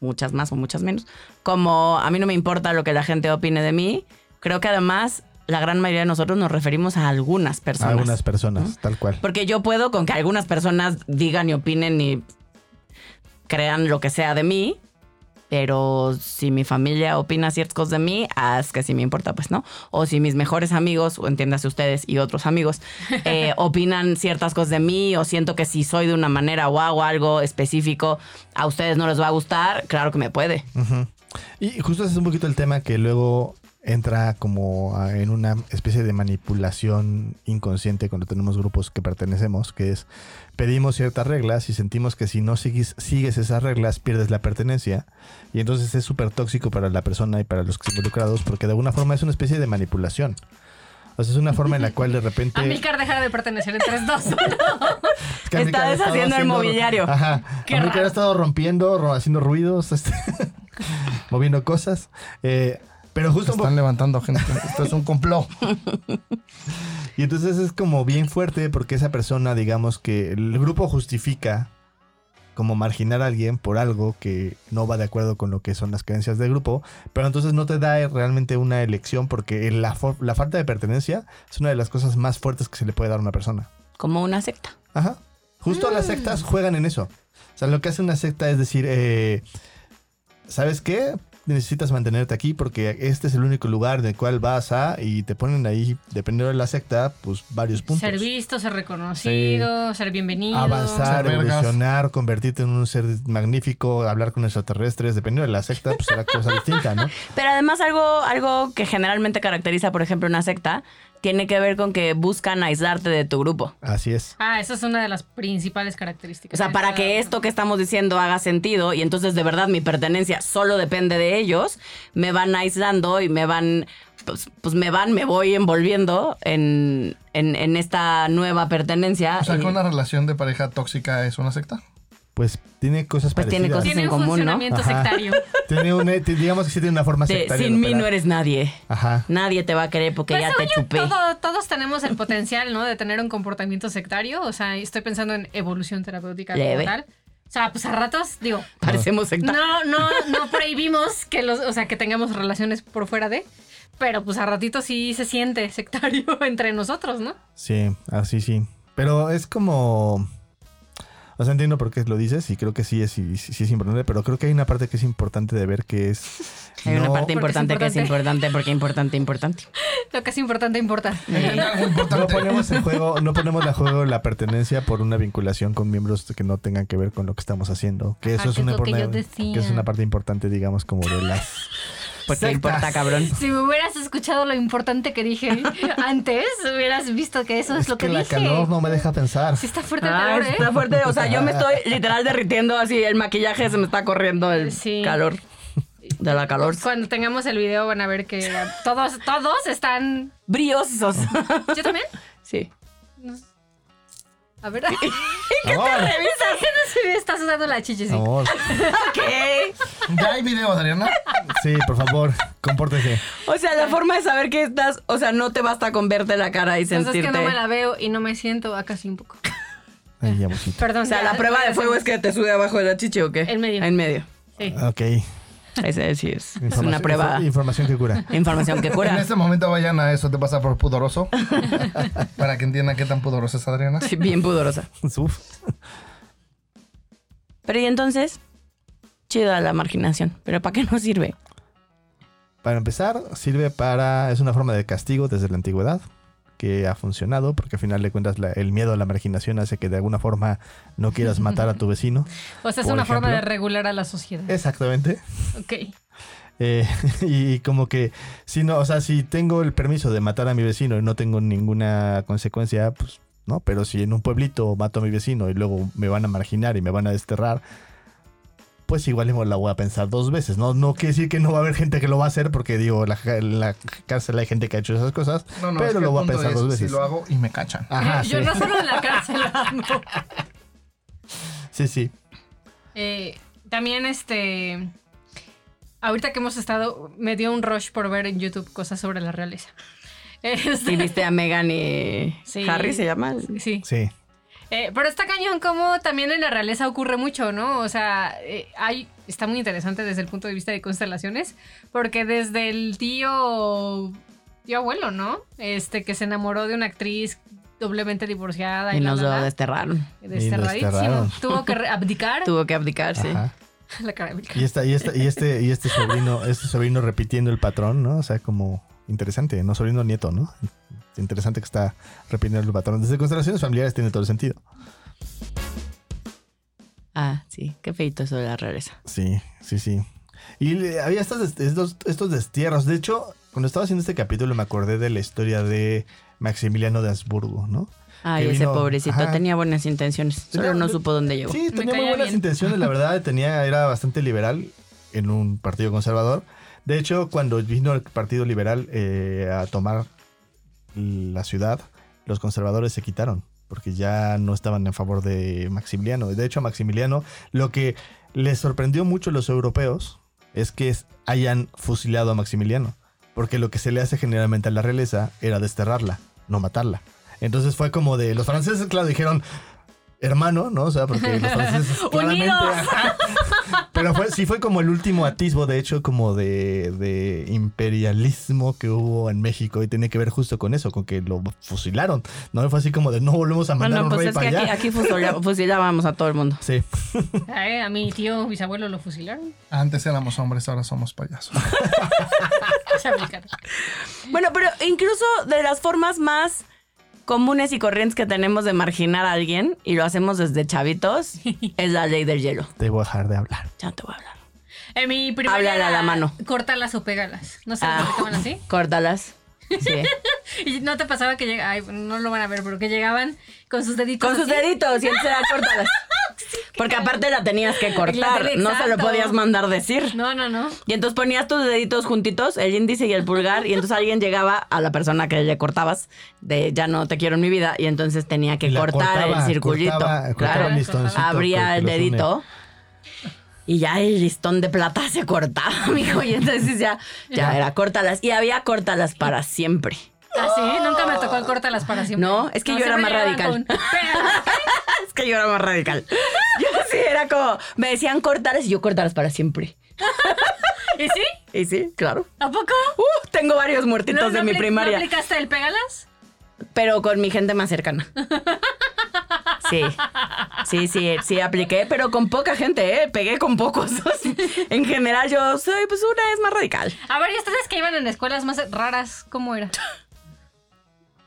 Speaker 3: muchas más o muchas menos, como a mí no me importa lo que la gente opine de mí, creo que además la gran mayoría de nosotros nos referimos a algunas personas.
Speaker 2: Algunas personas, tal cual.
Speaker 3: Porque yo puedo con que algunas personas digan y opinen y crean lo que sea de mí, pero si mi familia opina ciertas cosas de mí, ah, es que sí me importa, pues no. O si mis mejores amigos, o entiéndase ustedes y otros amigos, eh, opinan ciertas cosas de mí, o siento que si soy de una manera o hago algo específico, a ustedes no les va a gustar, claro que me puede.
Speaker 2: Ujú. Y justo ese es un poquito el tema que luego entra como a- en una especie de manipulación inconsciente cuando tenemos grupos que pertenecemos, que es pedimos ciertas reglas y sentimos que si no sigues, sigues esas reglas pierdes la pertenencia y entonces es súper tóxico para la persona y para los involucrados porque de alguna forma es una especie de manipulación. O sea, es una forma en la cual de
Speaker 3: *laughs*
Speaker 2: repente...
Speaker 5: Amilcar dejará de pertenecer en 3-2.
Speaker 2: Es que Amilcar
Speaker 3: Está
Speaker 2: ha estado
Speaker 3: deshaciendo el
Speaker 2: haciendo-
Speaker 3: mobiliario.
Speaker 2: Ajá.
Speaker 5: Qué
Speaker 2: Amilcar
Speaker 5: raro.
Speaker 2: ha estado rompiendo, ro- haciendo ruidos, *laughs* este, moviendo cosas. Eh, pero justo un po-
Speaker 1: Están levantando gente. Esto es un complot.
Speaker 2: Y entonces es como bien fuerte porque esa persona, digamos que el grupo justifica como marginar a alguien por algo que no va de acuerdo con lo que son las creencias del grupo, pero entonces no te da realmente una elección porque la, fo- la falta de pertenencia es una de las cosas más fuertes que se le puede dar a una persona.
Speaker 3: Como una secta.
Speaker 2: Ajá. Justo
Speaker 3: Mm.
Speaker 2: las sectas juegan en eso. O sea, lo que hace una secta es decir, eh, ¿sabes qué? necesitas mantenerte aquí porque este es el único lugar en el cual vas a y te ponen ahí, dependiendo de la secta, pues varios puntos.
Speaker 5: Ser visto, ser reconocido, ser bienvenido.
Speaker 2: Avanzar,
Speaker 1: Ser vergas.
Speaker 2: evolucionar, convertirte en un ser magnífico, hablar con extraterrestres, dependiendo de la secta, pues será
Speaker 3: *laughs*
Speaker 2: cosa distinta, ¿no?
Speaker 3: Pero además algo, algo que generalmente caracteriza, por ejemplo, una secta, tiene que ver con que buscan aislarte de tu grupo.
Speaker 2: Así es.
Speaker 5: Ah, esa es una de las principales
Speaker 3: O
Speaker 5: características.
Speaker 3: sea, para que esto que estamos diciendo haga sentido y entonces de verdad mi pertenencia solo depende de ellos, me van aislando y me van, pues, pues me van, me voy envolviendo en, en- en esta nueva pertenencia. eh,
Speaker 1: O sea,
Speaker 3: Y-
Speaker 1: que una relación de pareja tóxica es una secta.
Speaker 2: Pues tiene cosas
Speaker 3: Pues tiene
Speaker 2: parecidas.
Speaker 3: cosas
Speaker 5: Tiene
Speaker 3: en
Speaker 5: un
Speaker 3: común, ¿no?
Speaker 5: funcionamiento
Speaker 2: Ajá.
Speaker 3: *laughs*
Speaker 5: sectario.
Speaker 2: Tiene una- ti- digamos que sí tiene una forma
Speaker 3: de,
Speaker 2: sectaria. Ah. de
Speaker 3: sin mí
Speaker 2: operar.
Speaker 3: no eres nadie.
Speaker 2: Ajá.
Speaker 3: Nadie te va a querer porque
Speaker 5: Pues
Speaker 3: ya te
Speaker 5: según
Speaker 3: chupé.
Speaker 5: yo, todo- todos tenemos el potencial, ¿no? De tener un comportamiento sectario. O sea, estoy pensando en evolución terapéutica
Speaker 3: Leve.
Speaker 5: como tal. O sea, pues a ratos, digo,
Speaker 3: Parecemos secta.
Speaker 5: no, no, no prohibimos que los, o sea, que tengamos relaciones por fuera de, pero pues a ratito sí se siente sectario *laughs* entre nosotros, ¿no?
Speaker 2: Sí, así sí. Pero es como. O sea, entiendo por qué lo dices y creo que sí es, sí, sí es importante, pero creo que hay una parte que es importante de ver que
Speaker 5: *laughs*
Speaker 2: es.
Speaker 3: Hay una
Speaker 2: no-
Speaker 3: parte
Speaker 5: Porque es
Speaker 3: importante que es importante porque importante, importante.
Speaker 5: Lo que es importante importa.
Speaker 1: Algo
Speaker 2: No
Speaker 1: importante.
Speaker 2: ponemos en juego, no ponemos en juego la pertenencia por una vinculación con miembros que no tengan que ver con lo que estamos haciendo. Que eso
Speaker 5: Ajá,
Speaker 2: es
Speaker 5: que es
Speaker 2: una
Speaker 5: lo que yo
Speaker 2: importante-
Speaker 5: decía.
Speaker 2: que es una parte importante, digamos, como de
Speaker 5: *laughs*
Speaker 2: las
Speaker 3: Porque
Speaker 2: sectas.
Speaker 3: importa, cabrón.
Speaker 5: *laughs* Si me hubieras escuchado lo importante que
Speaker 3: *laughs*
Speaker 5: dije antes, hubieras visto que eso es, lo que,
Speaker 2: la
Speaker 5: dije.
Speaker 2: calor no me deja pensar.
Speaker 5: Sí está fuerte el
Speaker 3: Ah,
Speaker 5: calor, ¿eh?
Speaker 3: está fuerte, o sea, yo me
Speaker 5: *laughs*
Speaker 3: estoy literal derritiendo así, el maquillaje se me está corriendo el
Speaker 5: Sí.
Speaker 3: calor. De la calor.
Speaker 5: Cuando tengamos el video van a ver que todos, todos están.
Speaker 3: Briosos. *laughs*
Speaker 5: Yo también.
Speaker 3: Sí.
Speaker 5: A ver. *laughs* ¿Qué
Speaker 2: Amor,
Speaker 5: no se ve? Está sudando la chichi. sí.
Speaker 2: amor.
Speaker 3: ¿Qué?
Speaker 1: Ya hay video, Adriana.
Speaker 2: Sí, por favor, compórtese.
Speaker 3: O sea, la forma de saber que estás, o sea, no te basta con verte la cara y
Speaker 5: Entonces Pues es
Speaker 3: sentirte.
Speaker 5: que no me la veo y no me siento acá sí un poco.
Speaker 2: Ay, amorcito.
Speaker 5: Perdón.
Speaker 3: O sea,
Speaker 5: ya,
Speaker 3: la prueba de fuego es que te sube abajo de la chichi o qué?
Speaker 5: En medio.
Speaker 3: En medio.
Speaker 5: Sí.
Speaker 2: Ok.
Speaker 3: Ese sí es. Es
Speaker 2: Información-
Speaker 3: una prueba.
Speaker 2: infor- Información que
Speaker 5: *laughs*
Speaker 2: cura.
Speaker 3: Información
Speaker 1: *laughs*
Speaker 3: que
Speaker 1: En
Speaker 3: cura.
Speaker 1: este momento vayan a eso, te pasa por *laughs* pudoroso. para que entiendan qué tan pudorosa es Adriana.
Speaker 3: Sí, bien pudorosa.
Speaker 2: Uf.
Speaker 3: Pero y entonces, chida la marginación. Pero ¿para qué nos sirve?
Speaker 2: Para empezar, sirve para. Es una forma de castigo desde la antigüedad que ha funcionado, porque al final de cuentas la- el miedo a la marginación hace que de alguna forma no quieras matar a tu vecino.
Speaker 5: O sea, Pues es
Speaker 2: Por
Speaker 5: una forma de
Speaker 2: ejemplo.
Speaker 5: regular a la sociedad.
Speaker 2: Exactamente.
Speaker 5: Ok.
Speaker 2: Eh, *laughs* y como que, si no, o sea, si tengo el permiso de matar a mi vecino y no tengo ninguna consecuencia, pues no, pero si en un pueblito mato a mi vecino y luego me van a marginar y me van a desterrar, pues igual y me la voy a pensar dos veces, ¿no? No quiere decir que no va a haber gente que lo va a hacer, porque digo, la, ja- en la cárcel hay gente que ha hecho esas cosas,
Speaker 1: No, no, es
Speaker 2: pero
Speaker 1: que
Speaker 2: lo
Speaker 1: el
Speaker 2: voy a
Speaker 1: punto
Speaker 2: pensar
Speaker 1: es,
Speaker 2: dos veces.
Speaker 1: Si lo hago y me cachan.
Speaker 2: Ajá,
Speaker 5: *laughs* yo
Speaker 2: sí.
Speaker 5: no solo en la cárcel ando.
Speaker 2: sí, sí.
Speaker 5: Eh, también este. Ahorita que hemos estado, me dio un rush por ver en YouTube cosas sobre la realeza. *laughs* Este,
Speaker 3: Y viste a Megan y
Speaker 5: Sí.
Speaker 3: Harry se llama.
Speaker 5: sí.
Speaker 2: Sí.
Speaker 5: Eh, pero está cañón como también en la realeza ocurre mucho, ¿no? O sea, eh, hay, está muy interesante desde el punto de vista de constelaciones, porque desde el tío, tío abuelo, ¿no? Este que se enamoró de una actriz doblemente divorciada y,
Speaker 3: Y
Speaker 5: la,
Speaker 3: nos lo
Speaker 5: la, la,
Speaker 3: desterraron.
Speaker 5: desterradísimo.
Speaker 2: desterraron.
Speaker 5: Tuvo que re- abdicar.
Speaker 3: Tuvo que abdicarse.
Speaker 2: Ajá.
Speaker 5: *laughs* La cara de Milka.
Speaker 2: Y esta, y esta, y este, y este sobrino, este sobrino repitiendo el patrón, ¿no? O sea, como interesante, no sobrino nieto, ¿no? Interesante que está repitiendo el patrón. Desde constelaciones familiares tiene todo el sentido.
Speaker 3: Ah, sí. Qué feito eso de la realeza.
Speaker 2: Sí, sí, sí. Y le- había estas des- estos, estos destierros. De hecho, cuando estaba haciendo este capítulo me acordé de la historia de Maximiliano de Habsburgo, ¿no?
Speaker 3: Ay,
Speaker 2: Que
Speaker 3: ese
Speaker 2: vino-
Speaker 3: pobrecito
Speaker 2: ajá.
Speaker 3: tenía buenas intenciones. Solo
Speaker 2: Tenía-
Speaker 3: no supo dónde llegó.
Speaker 2: Sí, tenía muy
Speaker 5: caía
Speaker 2: buenas
Speaker 5: bien.
Speaker 2: intenciones, la
Speaker 5: *laughs*
Speaker 2: verdad. Tenía, era bastante liberal en un partido conservador. De hecho, cuando vino el Partido Liberal eh, a tomar la ciudad, los conservadores se quitaron porque ya no estaban en favor de Maximiliano. De hecho, a Maximiliano lo que les sorprendió mucho a los europeos es que es- hayan fusilado a Maximiliano, porque lo que se le hace generalmente a la realeza era desterrarla, no matarla. Entonces fue como de los franceses,
Speaker 3: *laughs*
Speaker 2: claro, dijeron hermano, ¿no? O sea, porque los franceses claramente,
Speaker 5: Unidos.
Speaker 2: ajá, Pero fue, sí fue como el último atisbo, de hecho, como de, de imperialismo que hubo en México y tiene que ver justo con eso, con que lo fusilaron. No fue así como de no volvemos a mandar
Speaker 3: Bueno,
Speaker 2: un
Speaker 3: pues
Speaker 2: rey
Speaker 3: es que
Speaker 2: para
Speaker 3: aquí,
Speaker 2: allá. *laughs*
Speaker 3: aquí fusila- fusilábamos Pues a todo el mundo.
Speaker 2: Sí.
Speaker 5: Ay, Eh, a mi tío bisabuelo lo fusilaron.
Speaker 1: Antes éramos hombres, ahora somos payasos.
Speaker 5: Ah, *laughs* Se aplicaron.
Speaker 3: Bueno, pero incluso de las formas más comunes y corrientes que tenemos de marginar a alguien, y lo hacemos desde *laughs* chavitos, es la ley del hielo.
Speaker 2: Te voy a dejar de hablar.
Speaker 3: Ya no te voy a hablar.
Speaker 5: En Eh, mi primera.
Speaker 3: Háblale a la mano.
Speaker 5: Córtalas o pégalas. No sé,
Speaker 3: Ah.
Speaker 5: ¿lo toman así?
Speaker 3: *laughs* Córtalas. *laughs* Sí.
Speaker 5: Y no te pasaba que llega, ay, no lo van a ver, pero que llegaban con sus deditos.
Speaker 3: Con sus
Speaker 5: así?
Speaker 3: deditos, y él se *laughs* da córtalas. Porque aparte la tenías que cortar,
Speaker 5: tele,
Speaker 3: no se lo
Speaker 5: exacto.
Speaker 3: podías mandar decir.
Speaker 5: No, no, no.
Speaker 3: Y entonces ponías tus deditos juntitos, el índice y el pulgar, y entonces alguien llegaba a la persona que le cortabas de ya no te quiero en mi vida, y entonces tenía que
Speaker 2: Y la
Speaker 3: cortar
Speaker 2: cortaba,
Speaker 3: el circulito.
Speaker 2: cortaba- cortaba
Speaker 3: claro,
Speaker 2: el listoncito
Speaker 3: abría
Speaker 2: que
Speaker 3: el
Speaker 2: los une.
Speaker 3: dedito. Y ya el listón de plata se cortaba, *laughs* mijo. Y entonces ya, ya era córtalas. Y había córtalas para siempre. *laughs*
Speaker 5: Así, nunca me tocó el córtalas para siempre.
Speaker 3: No, es que yo era
Speaker 5: siempre
Speaker 3: más
Speaker 5: llegaban
Speaker 3: radical.
Speaker 5: con pégalas.
Speaker 3: Es que yo era más radical. Yo sí era como, me decían cortalas y yo cortalas para siempre.
Speaker 5: ¿Y sí?
Speaker 3: Y sí, claro.
Speaker 5: ¿A poco?
Speaker 3: Uh, tengo varios muertitos de mi
Speaker 5: apli-
Speaker 3: primaria.
Speaker 5: ¿No aplicaste el pégalas?
Speaker 3: pero con mi gente más *laughs* cercana. Sí, sí, sí, sí, apliqué, pero con poca gente, ¿eh? Pegué con pocos. *laughs* En general yo soy, pues una es más radical.
Speaker 5: A ver, ¿y ustedes que iban en escuelas más raras? ¿Cómo era?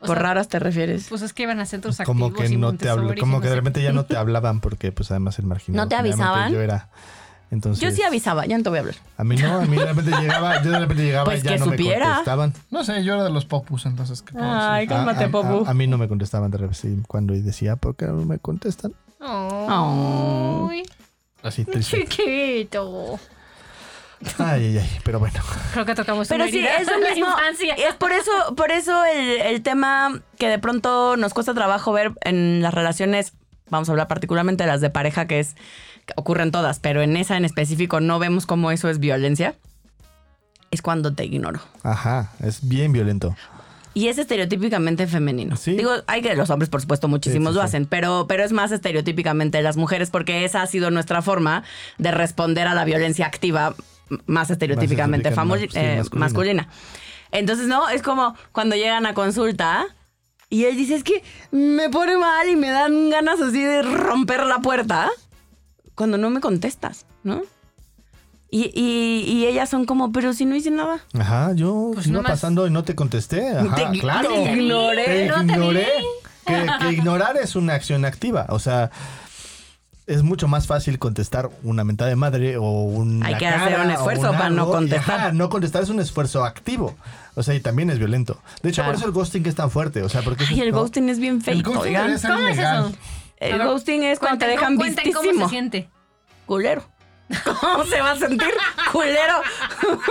Speaker 5: O
Speaker 3: Por
Speaker 5: sea,
Speaker 3: raras te refieres.
Speaker 5: Pues es que iban a centros activos
Speaker 2: Como que
Speaker 5: y
Speaker 2: no te hablo,
Speaker 5: Montessori,
Speaker 2: como
Speaker 5: y
Speaker 2: que de
Speaker 5: sé
Speaker 2: repente ya
Speaker 5: *laughs*
Speaker 2: no te hablaban porque pues además el marginado.
Speaker 3: ¿No te
Speaker 2: generalmente
Speaker 3: avisaban?
Speaker 2: Yo era. Entonces,
Speaker 3: Yo sí avisaba, ya no te voy a hablar.
Speaker 2: A mí no, a mí de
Speaker 5: *laughs*
Speaker 2: repente llegaba, yo de repente llegaba
Speaker 3: Pues
Speaker 2: y ya
Speaker 3: que
Speaker 2: no
Speaker 3: supiera.
Speaker 2: me contestaban.
Speaker 1: No sé, yo era de los popus, entonces, ¿qué puedo decir?
Speaker 3: Ay, cálmate,
Speaker 2: a, a-
Speaker 3: Popu.
Speaker 2: a- a mí no me contestaban de repente sí, cuando y decía, ¿por qué no me contestan?
Speaker 5: qué.
Speaker 3: Oh.
Speaker 5: Ay,
Speaker 2: Así
Speaker 5: *laughs*
Speaker 2: triste.
Speaker 5: chiquito.
Speaker 2: Ay, ay, ay, pero bueno.
Speaker 5: Creo que tocamos
Speaker 3: Pero
Speaker 5: una
Speaker 3: sí,
Speaker 5: herida
Speaker 3: es *laughs* lo
Speaker 5: en la
Speaker 3: mismo.
Speaker 5: infancia.
Speaker 3: Es por eso, por eso el, el tema que de pronto nos cuesta trabajo ver en las relaciones, vamos a hablar particularmente de las de pareja, que es que ocurren todas, pero en esa en específico no vemos cómo eso es violencia. Es cuando te ignoro.
Speaker 2: Ajá, es bien violento.
Speaker 3: Y es estereotípicamente femenino.
Speaker 2: Sí.
Speaker 3: Digo, hay que los hombres, por supuesto,
Speaker 2: Sí,
Speaker 3: muchísimos
Speaker 2: sí,
Speaker 3: lo
Speaker 2: sí.
Speaker 3: hacen, pero, pero es más estereotípicamente las mujeres, porque esa ha sido nuestra forma de responder a la violencia activa m- más estereotípicamente
Speaker 2: estereotípica,
Speaker 3: famul-
Speaker 2: sí,
Speaker 3: eh,
Speaker 2: masculina.
Speaker 3: masculina. Entonces, no, es como cuando llegan a consulta y él dice, es que me pone mal y me dan ganas así de romper la puerta cuando no me contestas, ¿no? Y, y- y ellas son como, pero si no hice nada.
Speaker 2: Ajá, yo
Speaker 5: Pues
Speaker 2: iba
Speaker 5: nomás-
Speaker 2: pasando y no te contesté. Ajá,
Speaker 3: Te-
Speaker 2: claro.
Speaker 3: te ignoré,
Speaker 2: Te
Speaker 5: no te vi.
Speaker 2: ignoré. Que, que ignorar es una acción activa. O sea, es mucho más fácil contestar una mentada de madre o un.
Speaker 3: Hay
Speaker 2: la
Speaker 3: que hacer
Speaker 2: cara
Speaker 3: un
Speaker 2: o
Speaker 3: esfuerzo para no
Speaker 2: algo. Y,
Speaker 3: contestar.
Speaker 2: ajá, no contestar es un esfuerzo activo. O sea, y también es violento. De hecho,
Speaker 3: Claro.
Speaker 2: por eso el ghosting es tan fuerte. O sea, porque.
Speaker 3: Ay, el
Speaker 2: Pues ¿no?
Speaker 3: ghosting es bien
Speaker 1: El
Speaker 3: feito,
Speaker 1: ghosting
Speaker 3: oigan.
Speaker 1: debería ser
Speaker 5: ¿Cómo es
Speaker 1: ilegal.
Speaker 5: eso?
Speaker 3: El
Speaker 5: A ver,
Speaker 3: ghosting es cuando te
Speaker 5: Cuenten
Speaker 3: dejan
Speaker 5: cómo- cuenten cómo
Speaker 3: vistísimo.
Speaker 5: se siente.
Speaker 3: Culero. *laughs* ¿Cómo se va a sentir? Culero. *laughs*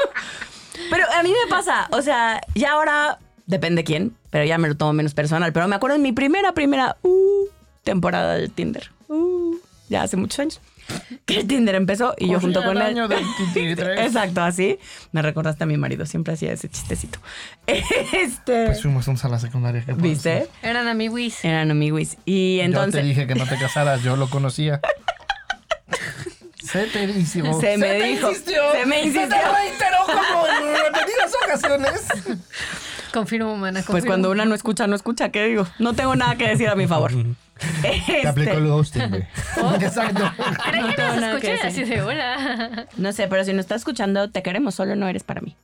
Speaker 3: pero a mí me pasa, o sea, ya ahora depende quién, pero ya me lo tomo menos personal. Pero me acuerdo en mi primera, primera uh, temporada del Tinder. Uh, ya hace muchos años. Que el Tinder empezó y
Speaker 1: Corría
Speaker 3: yo junto con
Speaker 1: el
Speaker 3: él.
Speaker 1: año del 23.
Speaker 3: *laughs* Exacto, así. Me recordaste a mi marido, siempre hacía ese chistecito. *laughs* Este.
Speaker 1: Pues fuimos juntos a la secundaria. ¿qué puedo
Speaker 3: ¿Viste?
Speaker 1: decir?
Speaker 5: Eran amiguis.
Speaker 3: Eran amiguis. Y
Speaker 1: Yo
Speaker 3: entonces.
Speaker 1: te dije que no te casaras, yo lo conocía. Ceterísimo.
Speaker 3: Se me
Speaker 1: te
Speaker 3: dijo,
Speaker 1: insistió,
Speaker 3: se me insistió.
Speaker 1: Se te reiteró como en repetidas ocasiones.
Speaker 5: Confirmo, mana. Confirmo.
Speaker 3: Pues cuando una no escucha, no escucha, ¿qué digo? No tengo nada que decir a mi favor.
Speaker 2: *laughs*
Speaker 3: Este,
Speaker 2: Te aplicó el ghosting,
Speaker 3: *laughs*
Speaker 2: güey.
Speaker 1: Exacto.
Speaker 5: Ahora
Speaker 3: No
Speaker 5: ya
Speaker 3: tengo
Speaker 5: nos
Speaker 3: nada que
Speaker 5: escuchan
Speaker 3: decir.
Speaker 5: así de hola.
Speaker 3: No sé, pero si no estás escuchando, te queremos, solo no eres para mí.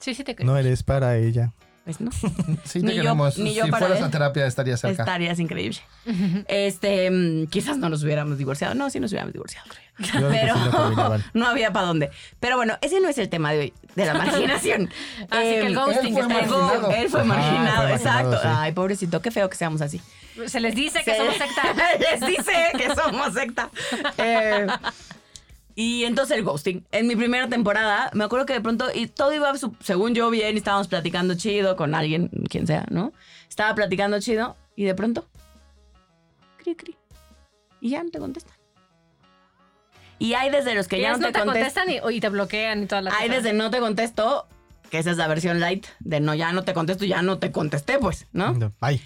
Speaker 5: Sí, sí te creo.
Speaker 2: No eres para ella.
Speaker 3: Pues no.
Speaker 1: Sí, te
Speaker 3: Ni yo-
Speaker 1: queremos.
Speaker 3: ni yo
Speaker 1: si
Speaker 3: para
Speaker 1: fueras
Speaker 3: él.
Speaker 1: a terapia estarías cerca.
Speaker 3: Estarías increíble. Este, mm, quizás no nos hubiéramos divorciado. No, sí nos hubiéramos divorciado, creo.
Speaker 2: Yo creo que
Speaker 3: Pero
Speaker 2: sí lo combinaban.
Speaker 3: *laughs* no había para dónde. Pero bueno, ese no es el tema de hoy, de
Speaker 5: *laughs*
Speaker 3: la marginación.
Speaker 5: Así que el
Speaker 3: Em,
Speaker 5: ghosting
Speaker 1: fue
Speaker 5: está
Speaker 3: el
Speaker 5: en
Speaker 1: marginado.
Speaker 3: go-
Speaker 1: marginado.
Speaker 3: Él fue
Speaker 2: Ajá,
Speaker 3: marginado,
Speaker 2: fue marginado,
Speaker 3: exacto.
Speaker 2: sí.
Speaker 3: Ay, pobrecito, qué feo que seamos así.
Speaker 5: Se les dice que
Speaker 3: Se-
Speaker 5: somos secta.
Speaker 3: Les dice que somos secta. Eh, y entonces el ghosting. En mi primera temporada, me acuerdo que de pronto, y todo iba, su- según yo, bien, y estábamos platicando chido con alguien, quien sea, ¿no? Estaba platicando chido, y de pronto, cri, cri. Y ya no te contestan. Y hay desde los *laughs* que ya
Speaker 5: Ellas
Speaker 3: no, te, contestan.
Speaker 5: contestan y, y te bloquean y toda la
Speaker 3: Hay
Speaker 5: cosa.
Speaker 3: desde no te contesto, que esa es la versión light, de no, ya no te contesto, ya no te contesté, pues, ¿no?
Speaker 2: Ay,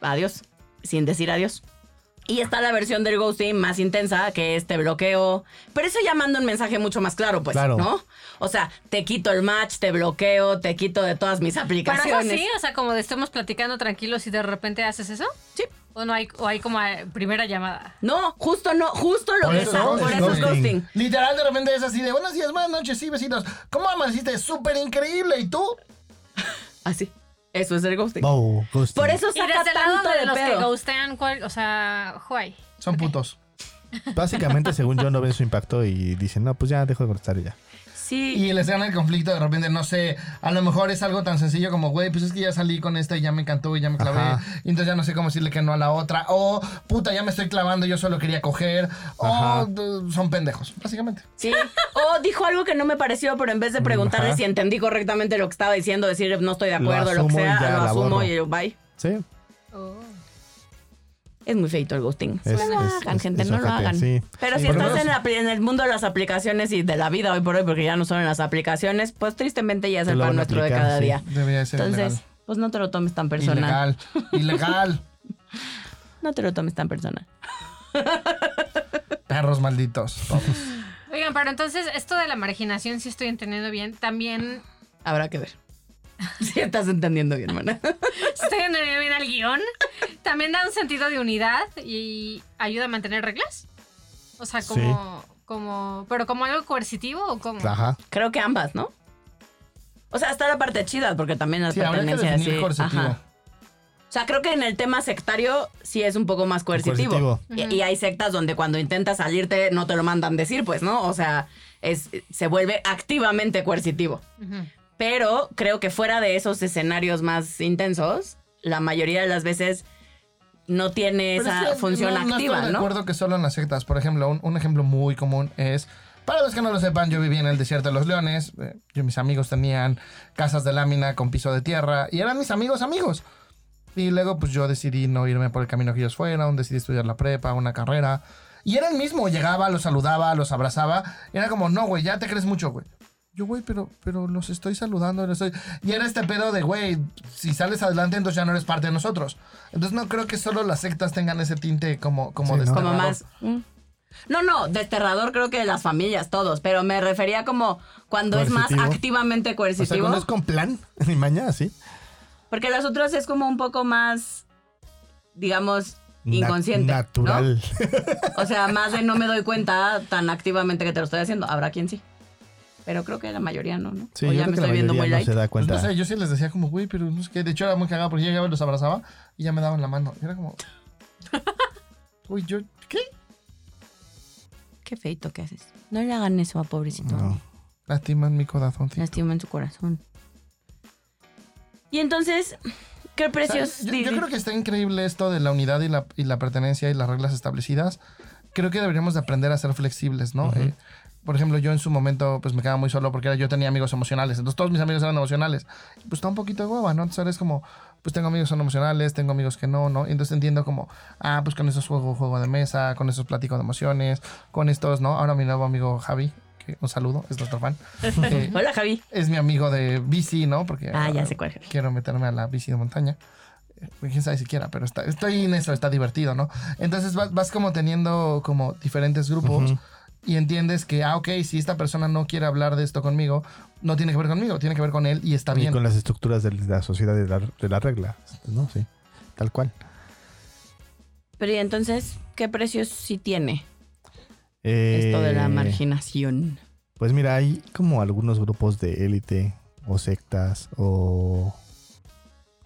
Speaker 3: adiós, sin decir adiós. Y está la versión del ghosting más intensa, que es te bloqueo. Pero eso ya manda un mensaje mucho más claro, pues,
Speaker 2: Claro.
Speaker 3: ¿no? O sea, te quito el match, te bloqueo, te quito de todas mis
Speaker 5: Pero
Speaker 3: aplicaciones.
Speaker 5: eso sí, o sea, como de estemos platicando tranquilos y de repente haces eso.
Speaker 3: Sí.
Speaker 5: O no hay, o hay como eh, primera llamada.
Speaker 3: No, justo no, justo lo
Speaker 1: Por
Speaker 3: que
Speaker 1: eso
Speaker 3: está,
Speaker 1: es
Speaker 3: por eso es
Speaker 2: ghosting.
Speaker 3: ghosting.
Speaker 1: Literal, de repente es así de buenos días, buenas noches, sí, vecinos. ¿Cómo amaneciste? Súper increíble. ¿Y tú?
Speaker 3: Así. Ah, Eso es el ghosting.
Speaker 2: Wow, ghosting.
Speaker 3: Por eso *laughs*
Speaker 5: Y
Speaker 3: saca
Speaker 5: desde el lado
Speaker 3: tanto
Speaker 5: de,
Speaker 3: de,
Speaker 5: los que
Speaker 3: pedo.
Speaker 5: ghostean, ¿cuál? o sea, Huay.
Speaker 1: Son putos.
Speaker 2: Básicamente, según yo, no ven su impacto y dicen, no, pues ya dejo de contestar y ya.
Speaker 3: Sí.
Speaker 1: Y les gana el conflicto, de repente, no sé, a lo mejor es algo tan sencillo como, güey, pues es que ya salí con esta y ya me encantó y ya me clavé,
Speaker 2: Ajá.
Speaker 1: y entonces ya no sé cómo decirle que no a la otra, o puta, ya me estoy clavando, yo solo quería coger,
Speaker 2: Ajá.
Speaker 1: o d- son pendejos, básicamente.
Speaker 3: Sí. O dijo algo que no me pareció, pero en vez de preguntarle
Speaker 2: Ajá.
Speaker 3: si entendí correctamente lo que estaba diciendo, decir no estoy de
Speaker 2: Lo
Speaker 3: acuerdo, lo, que
Speaker 2: asumo y
Speaker 3: sea,
Speaker 2: ya
Speaker 3: lo
Speaker 2: la
Speaker 3: asumo
Speaker 2: borro.
Speaker 3: y yo, bye.
Speaker 2: Sí.
Speaker 3: Es muy feito el ghosting.
Speaker 2: Es-
Speaker 3: no lo
Speaker 2: es-
Speaker 3: hagan,
Speaker 2: es-
Speaker 3: gente,
Speaker 2: es
Speaker 3: no lo
Speaker 2: ojete,
Speaker 3: hagan.
Speaker 2: sí.
Speaker 3: Pero
Speaker 1: Sí,
Speaker 3: si
Speaker 1: por lo
Speaker 3: estás en, la- en el mundo de las aplicaciones y de la vida hoy por hoy, porque ya no son en las aplicaciones, pues tristemente ya es
Speaker 2: Te
Speaker 3: el
Speaker 2: lo
Speaker 3: pan
Speaker 2: van a
Speaker 3: nuestro de
Speaker 2: aplicar,
Speaker 3: cada
Speaker 2: sí.
Speaker 3: día.
Speaker 1: Debería ser
Speaker 3: Entonces, pues no te lo tomes tan
Speaker 1: ilegal.
Speaker 3: personal.
Speaker 1: Ilegal, ilegal,
Speaker 3: No te lo tomes tan personal.
Speaker 1: perros malditos. todos.
Speaker 5: Oigan, pero entonces esto de la marginación, si estoy entendiendo bien, también
Speaker 3: Habrá que *laughs* ver. Si estás entendiendo bien, hermana. *laughs*
Speaker 5: si estoy entendiendo bien al guión, también da un sentido de unidad y ayuda a mantener reglas. O sea, como, como, pero como algo coercitivo o
Speaker 3: Mm.
Speaker 5: como.
Speaker 2: Ajá.
Speaker 3: Creo que ambas, ¿no? O sea, está la parte chida, porque también la
Speaker 1: Sí, habría que
Speaker 3: pertenencia
Speaker 1: definir
Speaker 3: sí,
Speaker 1: coercitivo.
Speaker 3: ajá. O sea, creo que en el tema sectario sí es un poco más coercitivo.
Speaker 2: Coercitivo.
Speaker 3: Y, y hay sectas donde cuando intentas salirte no te lo mandan decir, pues, ¿no? O sea, es, se vuelve activamente coercitivo.
Speaker 5: Ujú.
Speaker 3: Pero creo que fuera de esos escenarios más intensos, la mayoría de las veces no tiene
Speaker 1: Pero
Speaker 3: esa
Speaker 1: es que
Speaker 3: función
Speaker 1: no- No
Speaker 3: activa,
Speaker 1: estoy de
Speaker 3: ¿no?
Speaker 1: acuerdo que solo en las sectas. Por ejemplo, un, un ejemplo muy común es. Para los que no lo sepan, yo viví en el desierto de los leones. eh, Yo y mis amigos tenían casas de lámina con piso de tierra y eran mis amigos amigos. Y luego, pues yo decidí no irme por el camino que ellos fueron, decidí estudiar la prepa, una carrera. Y era el mismo, llegaba, los saludaba, los abrazaba. Y era como, no, güey, ya te crees mucho, güey. Yo, güey, pero, pero los estoy saludando, los estoy... Y era este pedo de, güey, si sales adelante, entonces ya no eres parte de nosotros. Entonces no creo que solo las sectas tengan ese tinte como, como
Speaker 2: Sí, ¿no?
Speaker 3: Como
Speaker 1: desterrador.
Speaker 3: más. mm. No, no, desterrador creo que las familias, todos, pero me refería como cuando es
Speaker 2: Coercitivo.
Speaker 3: más activamente
Speaker 2: O sea,
Speaker 3: coercitivo.
Speaker 2: cuando es con plan *laughs* ni maña, sí.
Speaker 3: Porque las otras es como un poco más, digamos,
Speaker 2: Na-
Speaker 3: inconsciente. ¿no?
Speaker 2: natural.
Speaker 3: O sea, más de no me doy cuenta tan activamente que te lo estoy haciendo. Habrá quien sí. Pero creo que la mayoría no, ¿no?
Speaker 2: Sí,
Speaker 3: o
Speaker 2: yo
Speaker 3: ya
Speaker 2: creo
Speaker 3: me
Speaker 2: que la
Speaker 3: estoy viendo
Speaker 2: mayoría no
Speaker 3: muy light.
Speaker 2: se da
Speaker 1: Pues,
Speaker 2: cuenta.
Speaker 1: no sé, yo sí les decía como, güey, pero no sé qué. De hecho, era muy cagado porque yo llegaba y los abrazaba y ya me daban la mano. Y era
Speaker 3: *laughs*
Speaker 1: como... Uy, yo... ¿Qué?
Speaker 3: Qué feito que haces. No le hagan eso a pobrecito.
Speaker 2: No.
Speaker 1: Lastiman mi corazoncito.
Speaker 3: Lastiman su corazón. Y entonces, qué precios.
Speaker 1: ¿Sabes? Yo, yo creo que está increíble esto de la unidad y la, y la pertenencia y las reglas establecidas. Creo que deberíamos de aprender a ser flexibles, ¿no? Eh, por ejemplo, yo en su momento pues me quedaba muy solo porque era- yo tenía amigos emocionales. Entonces todos mis amigos eran emocionales. Y, Pues está un poquito de hueva, ¿no? Entonces ahora es como, pues tengo amigos que son emocionales, tengo amigos que no, ¿no? Y entonces entiendo como, ah, pues con esos juego juego de mesa, con esos platico de emociones, con estos, ¿no? Ahora mi nuevo amigo Javi, que un saludo, es nuestro
Speaker 3: *laughs*
Speaker 1: fan. Eh,
Speaker 3: Hola, Javi.
Speaker 1: es mi amigo de bici, ¿no? Porque
Speaker 3: Ah, ya
Speaker 1: ah,
Speaker 3: sé cuál, Javi.
Speaker 1: quiero meterme a la bici de montaña. Eh, Quién sabe siquiera, pero está, estoy en eso, está divertido, ¿no? Entonces vas, vas como teniendo como diferentes grupos y entiendes que, ah, ok, si esta persona no quiere hablar de esto conmigo, no tiene que ver conmigo, tiene que ver con él y está
Speaker 2: Y
Speaker 1: bien.
Speaker 2: con las estructuras de la sociedad y de la, de la regla. ¿No? Sí. Tal cual.
Speaker 3: Pero y entonces, ¿qué precios sí tiene
Speaker 2: Eh,
Speaker 3: esto de la marginación?
Speaker 2: Pues mira, hay como algunos grupos de élite o sectas o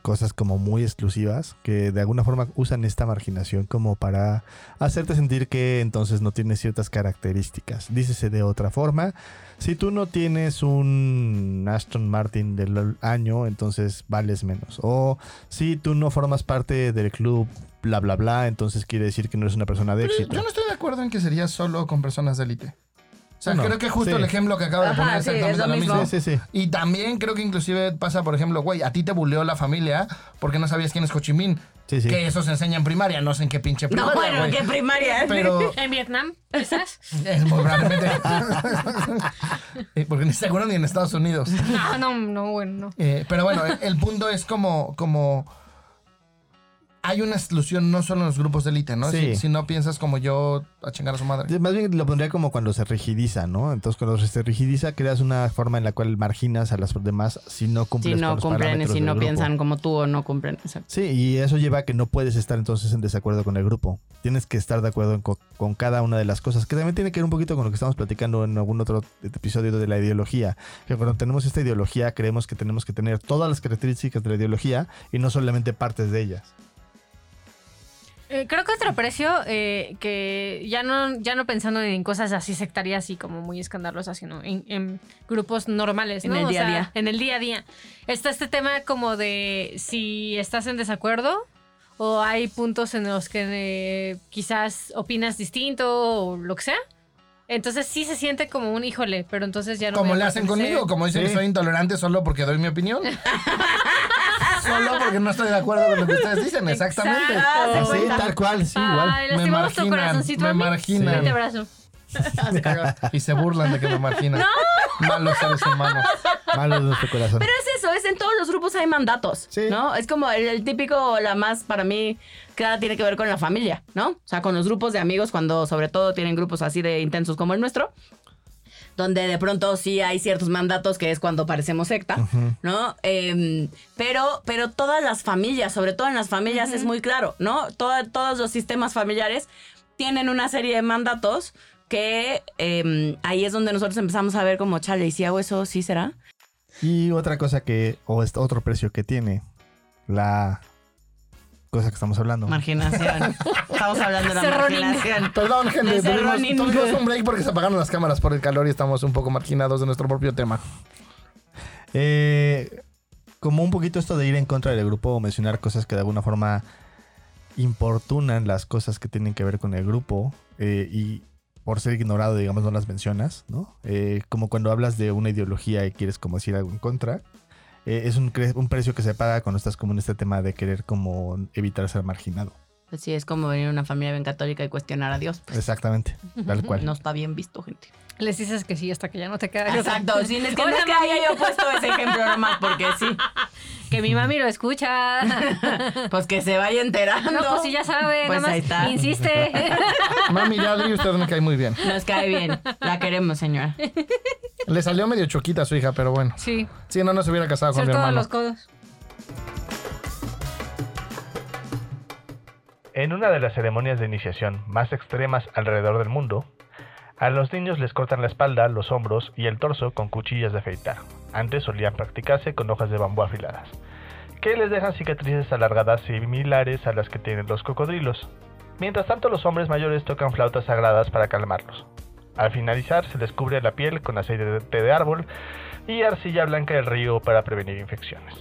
Speaker 2: cosas como muy exclusivas que de alguna forma usan esta marginación como para hacerte sentir que entonces no tienes ciertas características. Dícese de otra forma, si tú no tienes un Aston Martin del año, entonces vales menos. O si tú no formas parte del club bla bla bla, entonces quiere decir que no eres una persona de
Speaker 1: Pero
Speaker 2: éxito.
Speaker 1: yo no estoy de acuerdo en que sería solo con personas de élite. O sea,
Speaker 2: Bueno,
Speaker 1: creo que justo
Speaker 2: sí.
Speaker 1: el ejemplo que acabo de
Speaker 3: Ajá,
Speaker 1: poner
Speaker 3: sí,
Speaker 1: es exactamente
Speaker 3: es lo
Speaker 1: lo
Speaker 3: mismo.
Speaker 1: mismo.
Speaker 2: Sí, sí, sí.
Speaker 1: Y también creo que inclusive pasa, por ejemplo, güey, a ti te buleó la familia porque no sabías quién es Ho Chi Minh.
Speaker 2: Sí, sí.
Speaker 1: Que eso se enseña en primaria, no sé en qué pinche
Speaker 3: No,
Speaker 1: primaria.
Speaker 3: *laughs* bueno,
Speaker 1: güey.
Speaker 3: que primaria.
Speaker 1: Pero
Speaker 5: En Vietnam, quizás.
Speaker 1: es muy probablemente. *laughs* Eh, Porque ni seguro ni en Estados Unidos.
Speaker 5: No, no, no, bueno, no.
Speaker 1: Eh, pero bueno, el- el punto es como, como hay una exclusión no solo en los grupos de élite, ¿no?
Speaker 2: Sí.
Speaker 1: Si, si no piensas como yo a chingar a su madre.
Speaker 2: Más bien lo pondría como cuando se rigidiza, ¿no? Entonces, cuando se rigidiza, creas una forma en la cual marginas a las demás si no
Speaker 3: Si
Speaker 2: cumplen
Speaker 3: no cumplen y si no piensan como tú o no cumplen. Exacto.
Speaker 2: Sí, y eso lleva a que no puedes estar entonces en desacuerdo con el grupo. Tienes que estar de acuerdo en co- con cada una de las cosas, que también tiene que ver un poquito con lo que estamos platicando en algún otro episodio de la ideología. Que cuando tenemos esta ideología, creemos que tenemos que tener todas las características de la ideología y no solamente partes de ellas.
Speaker 5: Eh, creo que otro precio eh, que ya no, ya no pensando en cosas así sectarias y como muy escandalosas, sino en, en grupos normales,
Speaker 3: En
Speaker 5: ¿no?
Speaker 3: el día a día.
Speaker 5: En el día a día. Está este tema como de si estás en desacuerdo o hay puntos en los que eh, quizás opinas distinto o lo que sea. Entonces sí se siente como un híjole, pero entonces ya no.
Speaker 1: Como
Speaker 5: voy a
Speaker 1: le hacen
Speaker 5: pertenecer.
Speaker 1: conmigo, como dicen que
Speaker 2: Sí.
Speaker 1: soy intolerante solo porque doy mi
Speaker 2: *laughs*
Speaker 1: opinión. solo porque no estoy de acuerdo con lo que ustedes dicen, exactamente.
Speaker 5: Exacto.
Speaker 2: Así,
Speaker 5: Bueno.
Speaker 2: tal cual, sí,
Speaker 5: Ay,
Speaker 2: igual.
Speaker 1: Me
Speaker 5: lastimamos tu
Speaker 1: marginan,
Speaker 5: corazoncito.
Speaker 1: me
Speaker 5: a mí.
Speaker 1: marginan.
Speaker 5: Vete, abrazo.
Speaker 1: Y se burlan de que me marginan. Malos seres humanos.
Speaker 2: Malo de nuestro corazón.
Speaker 3: Pero es eso, es en todos los grupos hay mandatos,
Speaker 2: Sí.
Speaker 3: ¿no? Es como el, el típico, la más para mí, que tiene que ver con la familia, ¿no? O sea, con los grupos de amigos, cuando sobre todo tienen grupos así de intensos como el nuestro, donde de pronto sí hay ciertos mandatos, que es cuando parecemos secta, ¿no? Em, pero, pero todas las familias, sobre todo en las familias es muy claro, ¿no? Toda- todos los sistemas familiares tienen una serie de mandatos que em, ahí es donde nosotros empezamos a ver como, chale, ¿y si hago eso, sí será?
Speaker 2: Y otra cosa que, o es otro precio que tiene, la cosa que estamos hablando.
Speaker 3: *laughs* Marginación. Estamos hablando de la
Speaker 5: Cerronín.
Speaker 3: marginación.
Speaker 1: *laughs* Perdón, gente,
Speaker 3: Les cerró
Speaker 1: tuvimos,
Speaker 3: ni-
Speaker 1: tuvimos un break porque se apagaron las cámaras por el calor y estamos un poco marginados de nuestro propio tema.
Speaker 2: Eh, como un poquito esto de ir en contra del grupo o mencionar cosas que de alguna forma importunan las cosas que tienen que ver con el grupo eh, y por ser ignorado, digamos, no las mencionas, ¿no? Eh, como cuando hablas de una ideología y quieres como decir algo en contra. eh, es un, cre- un precio que se paga cuando estás como en este tema de querer como evitar ser marginado.
Speaker 3: Pues sí, es como venir a una familia bien católica y cuestionar a Dios. Pues
Speaker 2: Exactamente, tal cual.
Speaker 3: no está bien visto, gente.
Speaker 5: Les dices que sí hasta que ya no te queda.
Speaker 3: Exacto. Sí,
Speaker 5: *laughs*
Speaker 3: es que no
Speaker 5: Hola,
Speaker 3: es que
Speaker 5: mami.
Speaker 3: *laughs* haya yo puesto ese ejemplo nomás porque sí.
Speaker 5: Que mi mami lo escucha.
Speaker 3: *laughs* Pues que se vaya enterando.
Speaker 5: No, pues si ya sabe,
Speaker 3: Pues
Speaker 5: nada más
Speaker 3: ahí está. *laughs*
Speaker 5: insiste.
Speaker 1: Mami, ya di, usted me cae muy bien.
Speaker 3: Nos cae bien. La queremos, señora.
Speaker 1: Le salió medio choquita a su hija, pero bueno.
Speaker 5: Sí,
Speaker 1: Si no, no se hubiera casado Ah, con mi
Speaker 5: sobre todo
Speaker 1: hermano.
Speaker 5: los codos.
Speaker 6: En una de las ceremonias de iniciación más extremas alrededor del mundo, a los niños les cortan la espalda, los hombros y el torso con cuchillas de afeitar. Antes solían practicarse con hojas de bambú afiladas, que les dejan cicatrices alargadas similares a las que tienen los cocodrilos. Mientras tanto, los hombres mayores tocan flautas sagradas para calmarlos. Al finalizar, se les cubre la piel con aceite de té de árbol y arcilla blanca del río para prevenir infecciones.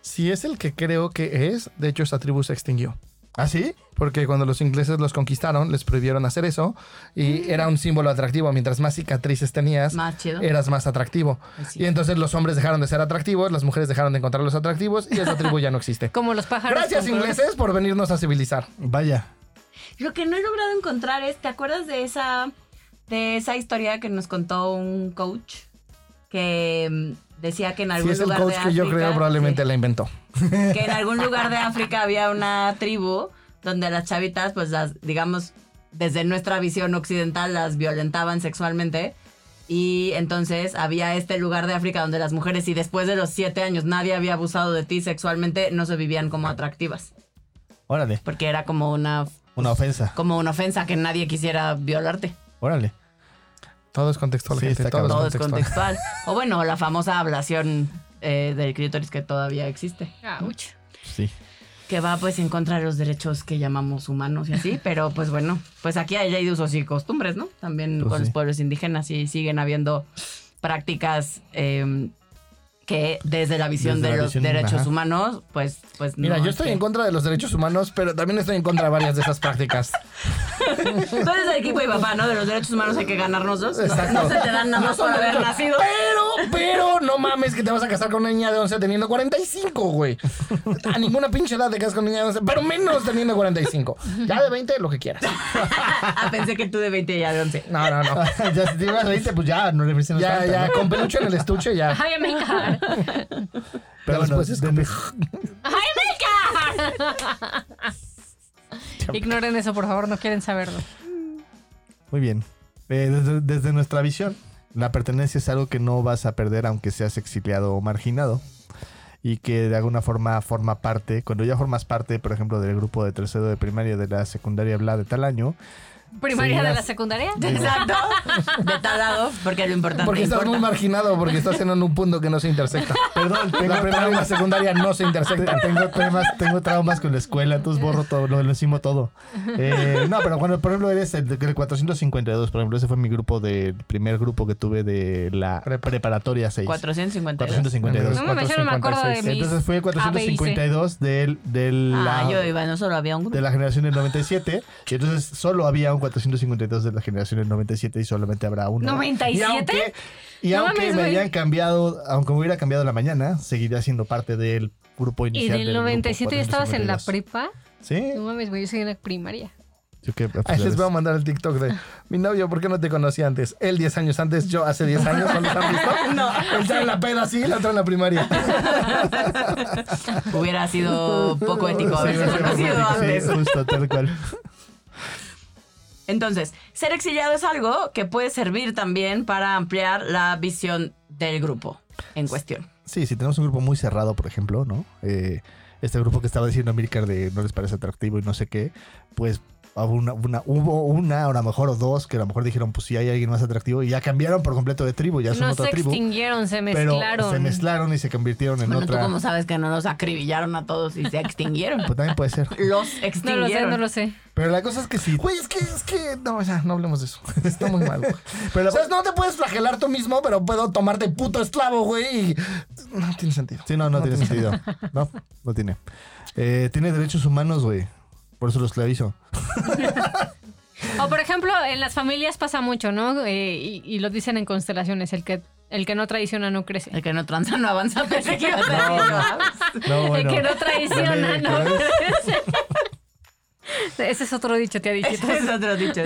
Speaker 1: Si es el que creo que es, de hecho esta tribu se extinguió.
Speaker 2: ¿Ah, sí?
Speaker 1: Porque cuando los ingleses los conquistaron, les prohibieron hacer eso y era un símbolo atractivo. Mientras más cicatrices tenías,
Speaker 3: Más chido.
Speaker 1: eras más atractivo.
Speaker 3: Ay, sí.
Speaker 1: Y entonces los hombres dejaron de ser atractivos, las mujeres dejaron de encontrarlos atractivos y esa tribu ya no
Speaker 5: *laughs*
Speaker 1: existe.
Speaker 5: Como los pájaros.
Speaker 1: Gracias
Speaker 5: con colores.
Speaker 1: ingleses por venirnos a civilizar.
Speaker 2: Vaya.
Speaker 3: Lo que no he logrado encontrar es, ¿te acuerdas de esa, de esa historia que nos contó un coach? Que mm, decía que en
Speaker 1: Si
Speaker 3: algún
Speaker 1: es el
Speaker 3: lugar
Speaker 1: coach
Speaker 3: de
Speaker 1: que yo
Speaker 3: África-
Speaker 1: creo, probablemente la inventó.
Speaker 3: que en algún lugar de África había una tribu donde las chavitas, pues las, digamos, desde nuestra visión occidental las violentaban sexualmente. Y entonces había este lugar de África donde las mujeres, si después de los siete años nadie había abusado de ti sexualmente, no se vivían como atractivas.
Speaker 2: Órale,
Speaker 3: Porque era como una,
Speaker 2: una ofensa.
Speaker 3: como una ofensa que nadie quisiera violarte.
Speaker 2: Órale.
Speaker 1: Todo es contextual,
Speaker 2: Sí,
Speaker 1: gente,
Speaker 2: está
Speaker 1: todo es
Speaker 2: cabrón.
Speaker 3: Todo es
Speaker 1: Pues contextual.
Speaker 3: contextual. O bueno, la famosa ablación eh, del clítoris que todavía existe.
Speaker 5: Ouch.
Speaker 2: Sí.
Speaker 3: que va pues en contra de los derechos que llamamos humanos
Speaker 2: *laughs*
Speaker 3: y así, pero pues bueno, pues aquí hay ley de usos y costumbres, ¿no? También
Speaker 2: Pues
Speaker 3: con
Speaker 2: sí.
Speaker 3: los pueblos indígenas y siguen habiendo prácticas eh, que desde la visión
Speaker 2: Desde
Speaker 3: de
Speaker 2: la
Speaker 3: los
Speaker 2: visión,
Speaker 3: derechos
Speaker 2: ajá.
Speaker 3: humanos, pues, pues no,
Speaker 1: Mira, yo
Speaker 3: es
Speaker 1: estoy
Speaker 3: que-
Speaker 1: en contra de los derechos humanos, pero también estoy en contra de varias de esas prácticas.
Speaker 3: Tú eres el equipo y papá, *laughs* ¿no? De los derechos humanos hay que ganarnos dos. No,
Speaker 1: Exacto.
Speaker 3: no se te dan nada
Speaker 1: No
Speaker 3: más
Speaker 1: son
Speaker 3: por haber
Speaker 1: derechos,
Speaker 3: nacido.
Speaker 1: Pero, pero no mames que te vas a casar con una niña de 11 teniendo 45,
Speaker 3: *laughs*
Speaker 1: güey. A ninguna pinche edad te casas con una niña de 11, pero menos teniendo 45. Ya de 20, lo que quieras.
Speaker 3: Ah, pensé que tú de 20 ya de
Speaker 1: *laughs*
Speaker 3: 11.
Speaker 1: No, no, no.
Speaker 2: *laughs* ya, si te ibas a irte, pues ya, no le ofrecimos
Speaker 1: Ya,
Speaker 2: tanta,
Speaker 1: ya,
Speaker 2: ¿no?
Speaker 1: con peluche en el estuche, ya.
Speaker 5: ¡Ay, América!
Speaker 2: Pero bueno,
Speaker 1: después es
Speaker 2: de-
Speaker 5: ¡Ay, América! Ignoren eso, por favor, no quieren saberlo.
Speaker 2: "Ah, Muy bien. Eh, desde, desde nuestra visión, la pertenencia es algo que no vas a perder aunque seas exiliado o marginado. Y que de alguna forma forma parte, cuando ya formas parte, por ejemplo, del grupo de tercero de primaria, de la secundaria, bla, de tal año,
Speaker 5: ¿Primaria de la
Speaker 2: Seguirás-
Speaker 5: secundaria?
Speaker 3: Exacto. De tal lado, porque lo importante
Speaker 1: Porque estás
Speaker 3: importa.
Speaker 1: muy marginado, porque estás en un punto que no se
Speaker 3: *laughs*
Speaker 1: intersecta.
Speaker 2: Perdón, tengo
Speaker 1: La primaria y la
Speaker 2: traumas.
Speaker 1: secundaria no se intersectan.
Speaker 2: te- Tengo traumas, tengo traumas con la escuela, entonces borro todo, lo, lo encimo todo. Eh, no, pero cuando, por ejemplo, eres el, del 452, por ejemplo, ese fue mi grupo del primer grupo que tuve de la preparatoria 6.
Speaker 3: 452.
Speaker 2: 452.
Speaker 5: No mames, yo no me acuerdo de mis
Speaker 2: Entonces fue el 452 del, del,
Speaker 3: Ah,
Speaker 2: la-
Speaker 3: yo iba, no solo había un
Speaker 2: de
Speaker 3: grupo.
Speaker 2: la generación del 97. Y entonces solo había un 452 de la generación del 97 y solamente habrá uno. Y aunque,
Speaker 5: ¿97?
Speaker 2: y
Speaker 5: No
Speaker 2: aunque
Speaker 5: mames,
Speaker 2: me
Speaker 5: güey.
Speaker 2: hayan cambiado, aunque me hubiera cambiado la mañana, seguiría siendo parte del grupo
Speaker 5: ¿Y
Speaker 2: inicial.
Speaker 5: del 97 ya estabas en la
Speaker 2: 452.
Speaker 5: prepa? No
Speaker 2: Sí.
Speaker 5: mames, güey, yo soy en la primaria.
Speaker 2: Yo que-
Speaker 1: Ahí les voy a mandar el TikTok de mi novio, ¿por qué no te conocí antes? Él 10 años antes, yo hace 10 años, ¿no los han
Speaker 3: *laughs*
Speaker 1: visto? Él ya en la peda sí, la otra en la primaria.
Speaker 3: Hubiera sido poco ético
Speaker 2: Sí,
Speaker 3: haberse
Speaker 2: sí,
Speaker 5: *laughs*
Speaker 3: conocido antes.
Speaker 2: Sí, justo, tal cual.
Speaker 3: Entonces, ser exiliado es algo que puede servir también para ampliar la visión del grupo en cuestión.
Speaker 2: Sí, si tenemos un grupo muy cerrado, por ejemplo, ¿no? Eh, este grupo que estaba diciendo Amilcar de no les parece atractivo y no sé qué, pues hubo una, una- hubo una, o a lo mejor o dos, que a lo mejor dijeron, pues sí hay alguien más atractivo y ya cambiaron por completo de tribu, ya son
Speaker 5: No
Speaker 2: otra
Speaker 5: se
Speaker 2: tribu.
Speaker 5: extinguieron, se
Speaker 2: Pero
Speaker 5: mezclaron.
Speaker 2: se mezclaron y se convirtieron en
Speaker 3: Bueno, ¿tú
Speaker 2: otra.
Speaker 3: cómo sabes que no nos acribillaron a todos y se extinguieron?
Speaker 2: Pues también puede ser.
Speaker 3: *laughs* Los
Speaker 5: No lo sé,
Speaker 3: extinguieron.
Speaker 5: no lo sé.
Speaker 2: Pero la cosa es que sí.
Speaker 1: Güey, es que, es que, no, ya, no hablemos de eso. Está muy mal, güey.
Speaker 2: Pero la-
Speaker 1: O sea, no te puedes flagelar tú mismo, pero puedo tomarte puto esclavo, güey, y no tiene sentido.
Speaker 2: Sí, no, no, tiene sentido. *laughs* No, no tiene. Eh, tiene derechos humanos, güey. Por eso los esclavizo.
Speaker 5: O por ejemplo, en las familias pasa mucho, ¿no? Eh, y, y lo dicen en constelaciones, el que, el que no traiciona no crece.
Speaker 3: El que no tranza no *laughs* avanza. Pensé que iba a ser
Speaker 2: No,
Speaker 3: yo.
Speaker 2: No,
Speaker 5: El
Speaker 2: bueno.
Speaker 5: *laughs* que no traiciona
Speaker 2: Dale,
Speaker 5: no
Speaker 2: ¿crees?
Speaker 5: crece. *laughs* Ese es otro dicho, tía *laughs* dicho.
Speaker 3: *laughs* Ese es otro dicho.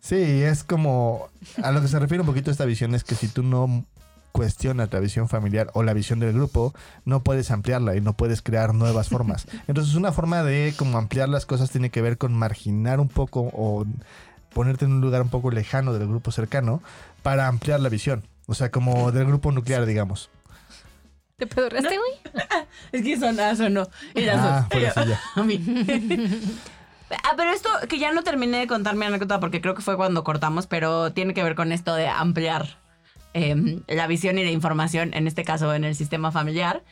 Speaker 2: Sí, es como a lo que se refiere un poquito esta visión es que si tú no cuestionas la visión familiar o la visión del grupo, no puedes ampliarla y no puedes crear nuevas
Speaker 3: *laughs*
Speaker 2: formas. Entonces, una forma de como ampliar las cosas tiene que ver con marginar un poco o ponerte en un lugar un poco lejano del grupo cercano para ampliar la visión. O sea, como del grupo nuclear, digamos.
Speaker 5: ¿Te pedoraste, güey?
Speaker 3: Es que son as o no.
Speaker 2: Ah, por eso ya.
Speaker 3: A mí. Ah, pero esto que ya no terminé de contar mi anécdota porque creo que fue cuando cortamos, pero tiene que ver con esto de ampliar eh, la visión y la información, en este caso en el sistema familiar.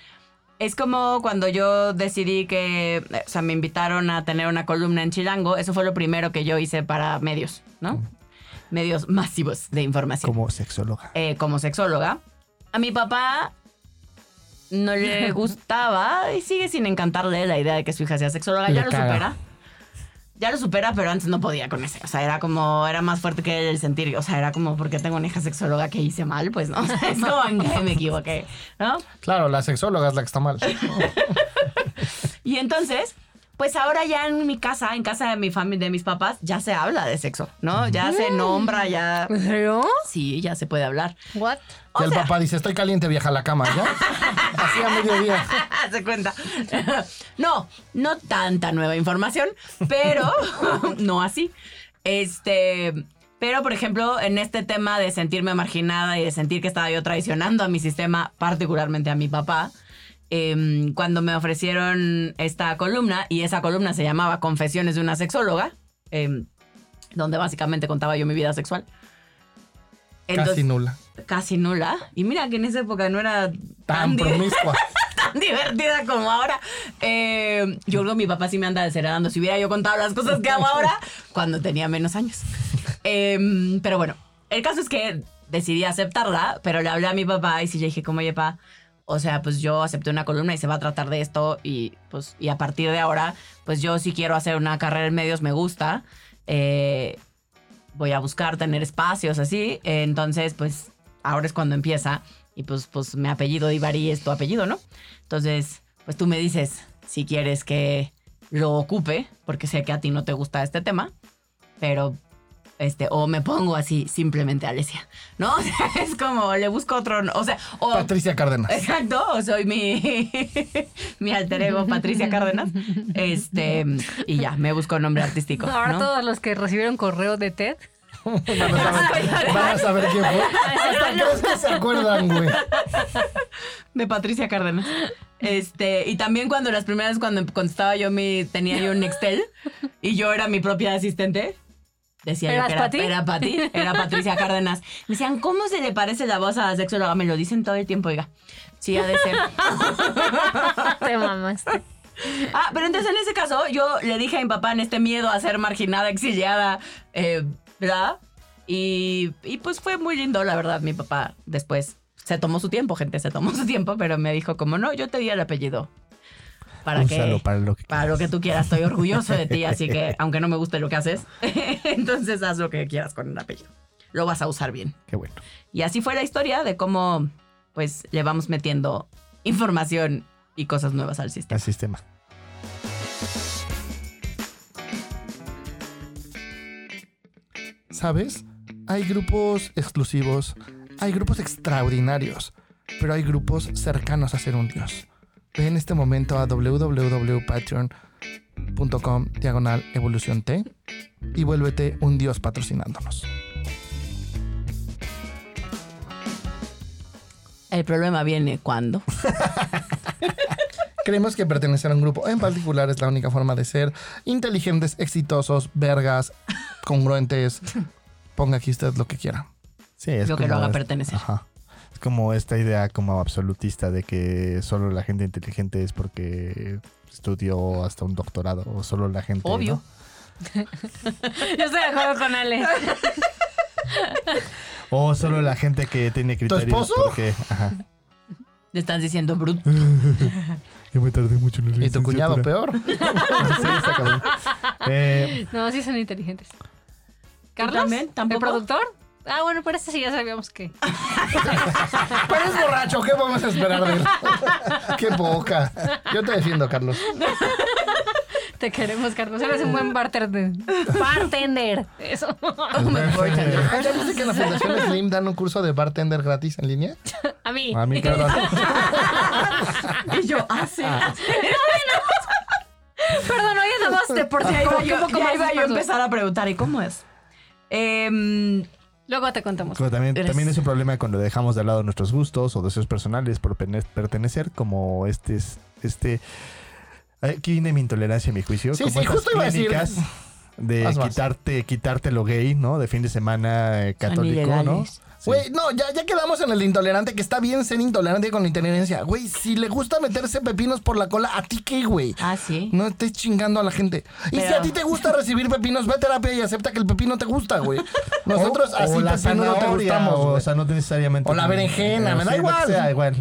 Speaker 3: Es como cuando yo decidí que, eh, o sea, me invitaron a tener una columna en Chilango, eso fue lo primero que yo hice para medios, ¿no? Medios masivos de información
Speaker 2: Como sexóloga.
Speaker 3: eh, como sexóloga. A mi papá
Speaker 1: *laughs*
Speaker 3: no le gustaba y sigue sin encantarle la idea de que su hija sea sexóloga.
Speaker 1: Le
Speaker 3: ya lo
Speaker 1: caga.
Speaker 3: supera. Ya lo supera, pero antes no podía con ese. O sea, era como, era más fuerte que el sentir. O sea, era como, porque tengo una hija sexóloga que hice mal? Pues no, *laughs* o sea, es como, "En
Speaker 1: *laughs*
Speaker 3: qué me equivoqué, ¿no?
Speaker 1: Claro, la sexóloga es la que está mal.
Speaker 3: Y entonces, pues ahora ya en mi casa, en casa de mi familia, de mis papás, ya se habla de sexo, ¿no? Ya se
Speaker 1: Mm.
Speaker 3: nombra, ya.
Speaker 5: ¿En serio?
Speaker 3: Sí, ya se puede hablar.
Speaker 5: ¿What?
Speaker 3: O
Speaker 1: Y el
Speaker 3: sea-
Speaker 1: papá dice, estoy caliente, vieja, a la cama, ¿ya? Así a mediodía.
Speaker 3: *laughs* se cuenta. No, no tanta nueva información, pero *laughs* no así. Este, pero por ejemplo, en este tema de sentirme marginada y de sentir que estaba yo traicionando a mi sistema, particularmente a mi papá, em, cuando me ofrecieron esta columna, y esa columna se llamaba Confesiones de una sexóloga, em, donde básicamente contaba yo mi vida sexual.
Speaker 1: Casi
Speaker 3: Entonces,
Speaker 1: nula.
Speaker 3: casi nula. Y mira que en esa época no era
Speaker 1: Tan
Speaker 3: tan, di- *laughs*
Speaker 1: promiscua.
Speaker 3: tan divertida como ahora. Eh, yo creo que mi papá sí me anda desheredando. Si hubiera yo contado las cosas que hago ahora, cuando tenía menos años. Eh, pero bueno, el caso es que decidí aceptarla, pero le hablé a mi papá y sí le dije, como, oye, pa, o sea, pues yo acepté una columna y se va a tratar de esto y pues y a partir de ahora, pues yo sí quiero hacer una carrera en medios, me gusta. Eh, voy a buscar tener espacios así. Eh, entonces, pues ahora es cuando empieza y pues, pues mi apellido de Ibarí es tu apellido, ¿no? Entonces, pues tú me dices si quieres que lo ocupe, porque sé que a ti no te gusta este tema, pero este, o me pongo así simplemente Alesia, ¿no? *laughs* O sea, es como le busco otro, o sea, o
Speaker 1: Patricia
Speaker 3: *laughs*
Speaker 1: Cárdenas.
Speaker 3: Exacto, soy mi, *laughs* mi alter ego Patricia Cárdenas. Este, y ya, me busco nombre artístico.
Speaker 5: Ahora
Speaker 3: ¿no?
Speaker 5: todos los que recibieron correo de *laughs* Ted.
Speaker 1: Van a saber- van a saber quién fue. Hasta crees que se acuerdan, güey.
Speaker 3: De Patricia Cárdenas. Este, y también cuando las primeras cuando contestaba yo mi, tenía yo un Nextel y yo era mi propia asistente. Decía yo
Speaker 5: ¿Eras
Speaker 3: que era,
Speaker 5: Pati?
Speaker 3: era Pati, era Patricia Cárdenas. Me decían, ¿cómo se le parece la voz a la sexóloga? Me lo dicen todo el tiempo, oiga. Sí, ha de ser.
Speaker 5: Te mamaste.
Speaker 3: Ah, pero entonces en ese caso yo le dije a mi papá en este miedo a ser marginada, exiliada, eh, ¿verdad? Y, y pues fue muy lindo, la verdad, mi papá después se tomó su tiempo, gente, se tomó su tiempo, pero me dijo como, no, yo te di el apellido. ¿Para
Speaker 2: Úsalo
Speaker 3: que,
Speaker 2: para lo que
Speaker 3: para lo que tú quieras, estoy orgulloso de ti,
Speaker 2: *laughs*
Speaker 3: así que aunque no me guste lo que haces, *laughs* entonces haz lo que quieras con el apellido. Lo vas a usar bien.
Speaker 2: Qué bueno.
Speaker 3: Y así fue la historia de cómo pues le vamos metiendo información y cosas nuevas al sistema.
Speaker 2: Al sistema.
Speaker 1: ¿Sabes? Hay grupos exclusivos, hay grupos extraordinarios, pero hay grupos cercanos a ser un dios. Ve en este momento a www.patreon.com diagonal evolución T y vuélvete un dios patrocinándonos.
Speaker 3: El problema viene cuando.
Speaker 1: Creemos que pertenecer a un grupo en particular es la única forma de ser inteligentes, exitosos, vergas, congruentes. Ponga aquí usted lo que quiera.
Speaker 2: Sí, es
Speaker 3: Yo que lo
Speaker 2: como este
Speaker 3: haga
Speaker 2: es-
Speaker 3: pertenecer.
Speaker 2: Ajá. Es como esta idea como absolutista de que solo la gente inteligente es porque estudió hasta un doctorado o solo la gente...
Speaker 3: Obvio.
Speaker 2: ¿no?
Speaker 5: Yo estoy de acuerdo con Ale.
Speaker 2: O solo la gente que tiene criterios.
Speaker 1: esposo?
Speaker 2: Porque, ah, ajá.
Speaker 3: Le están diciendo bruto.
Speaker 2: Yo me tardé mucho en la
Speaker 1: Y tu cuñado
Speaker 2: licenciatura.
Speaker 1: peor.
Speaker 2: Sí, está cabrón. Eh,
Speaker 5: No, sí son inteligentes.
Speaker 3: ¿Carlos?
Speaker 5: ¿Carlos?
Speaker 3: también? ¿Tampoco?
Speaker 5: ¿El productor? Ah, bueno, por eso sí ya sabíamos que.
Speaker 1: Pero es borracho, ¿qué vamos a esperar de
Speaker 2: *laughs*
Speaker 1: él? Qué poca. Yo te defiendo, Carlos.
Speaker 5: Te queremos, Carlos. Eres un buen bartender. Bartender. Eso.
Speaker 1: Ay, ¿Ya viste que en la Fundación Slim dan un curso de bartender gratis en línea?
Speaker 5: A mí.
Speaker 2: a mí, claro.
Speaker 3: *laughs* Y yo, ah, hace.
Speaker 2: Ah.
Speaker 3: *laughs*
Speaker 5: Perdón, oye, nada más de por si hay
Speaker 3: Como
Speaker 5: como
Speaker 3: que
Speaker 5: que un poco
Speaker 3: ya
Speaker 5: más
Speaker 3: iba yo a
Speaker 5: espantoso.
Speaker 3: empezar a preguntar, ¿y cómo es? Em,
Speaker 5: Luego te contamos.
Speaker 2: Pero también,
Speaker 3: Eres-
Speaker 2: también es un problema cuando dejamos de lado nuestros gustos o deseos personales por pene- pertenecer como este... es- este aquí viene mi intolerancia, mi juicio.
Speaker 1: Sí,
Speaker 2: como
Speaker 1: sí,
Speaker 2: estas
Speaker 1: justo iba a decir.
Speaker 2: clínicas De
Speaker 1: Vas, vas.
Speaker 2: quitarte, quitarte lo gay, ¿no? De fin de semana eh, católico, ¿no?
Speaker 3: ilegales.
Speaker 2: Sí.
Speaker 1: Güey, no, ya, ya quedamos en el intolerante, que está bien ser intolerante con la intolerancia. Güey, si le gusta meterse pepinos por la cola, ¿a ti qué, güey?
Speaker 3: ah, sí.
Speaker 1: No estés chingando a la gente. Y si
Speaker 3: Pero-
Speaker 1: a ti te gusta recibir pepinos, ve a terapia y acepta que el pepino te gusta,
Speaker 2: *laughs*
Speaker 1: güey. Nosotros
Speaker 2: O- o
Speaker 1: así
Speaker 2: la
Speaker 1: pepino no te
Speaker 2: zanahoria,
Speaker 1: gustamos.
Speaker 2: O,
Speaker 1: güey.
Speaker 2: sea, no necesariamente.
Speaker 1: O la berenjena, me da
Speaker 2: Sí, lo que
Speaker 1: igual. *laughs*
Speaker 2: sea, igual.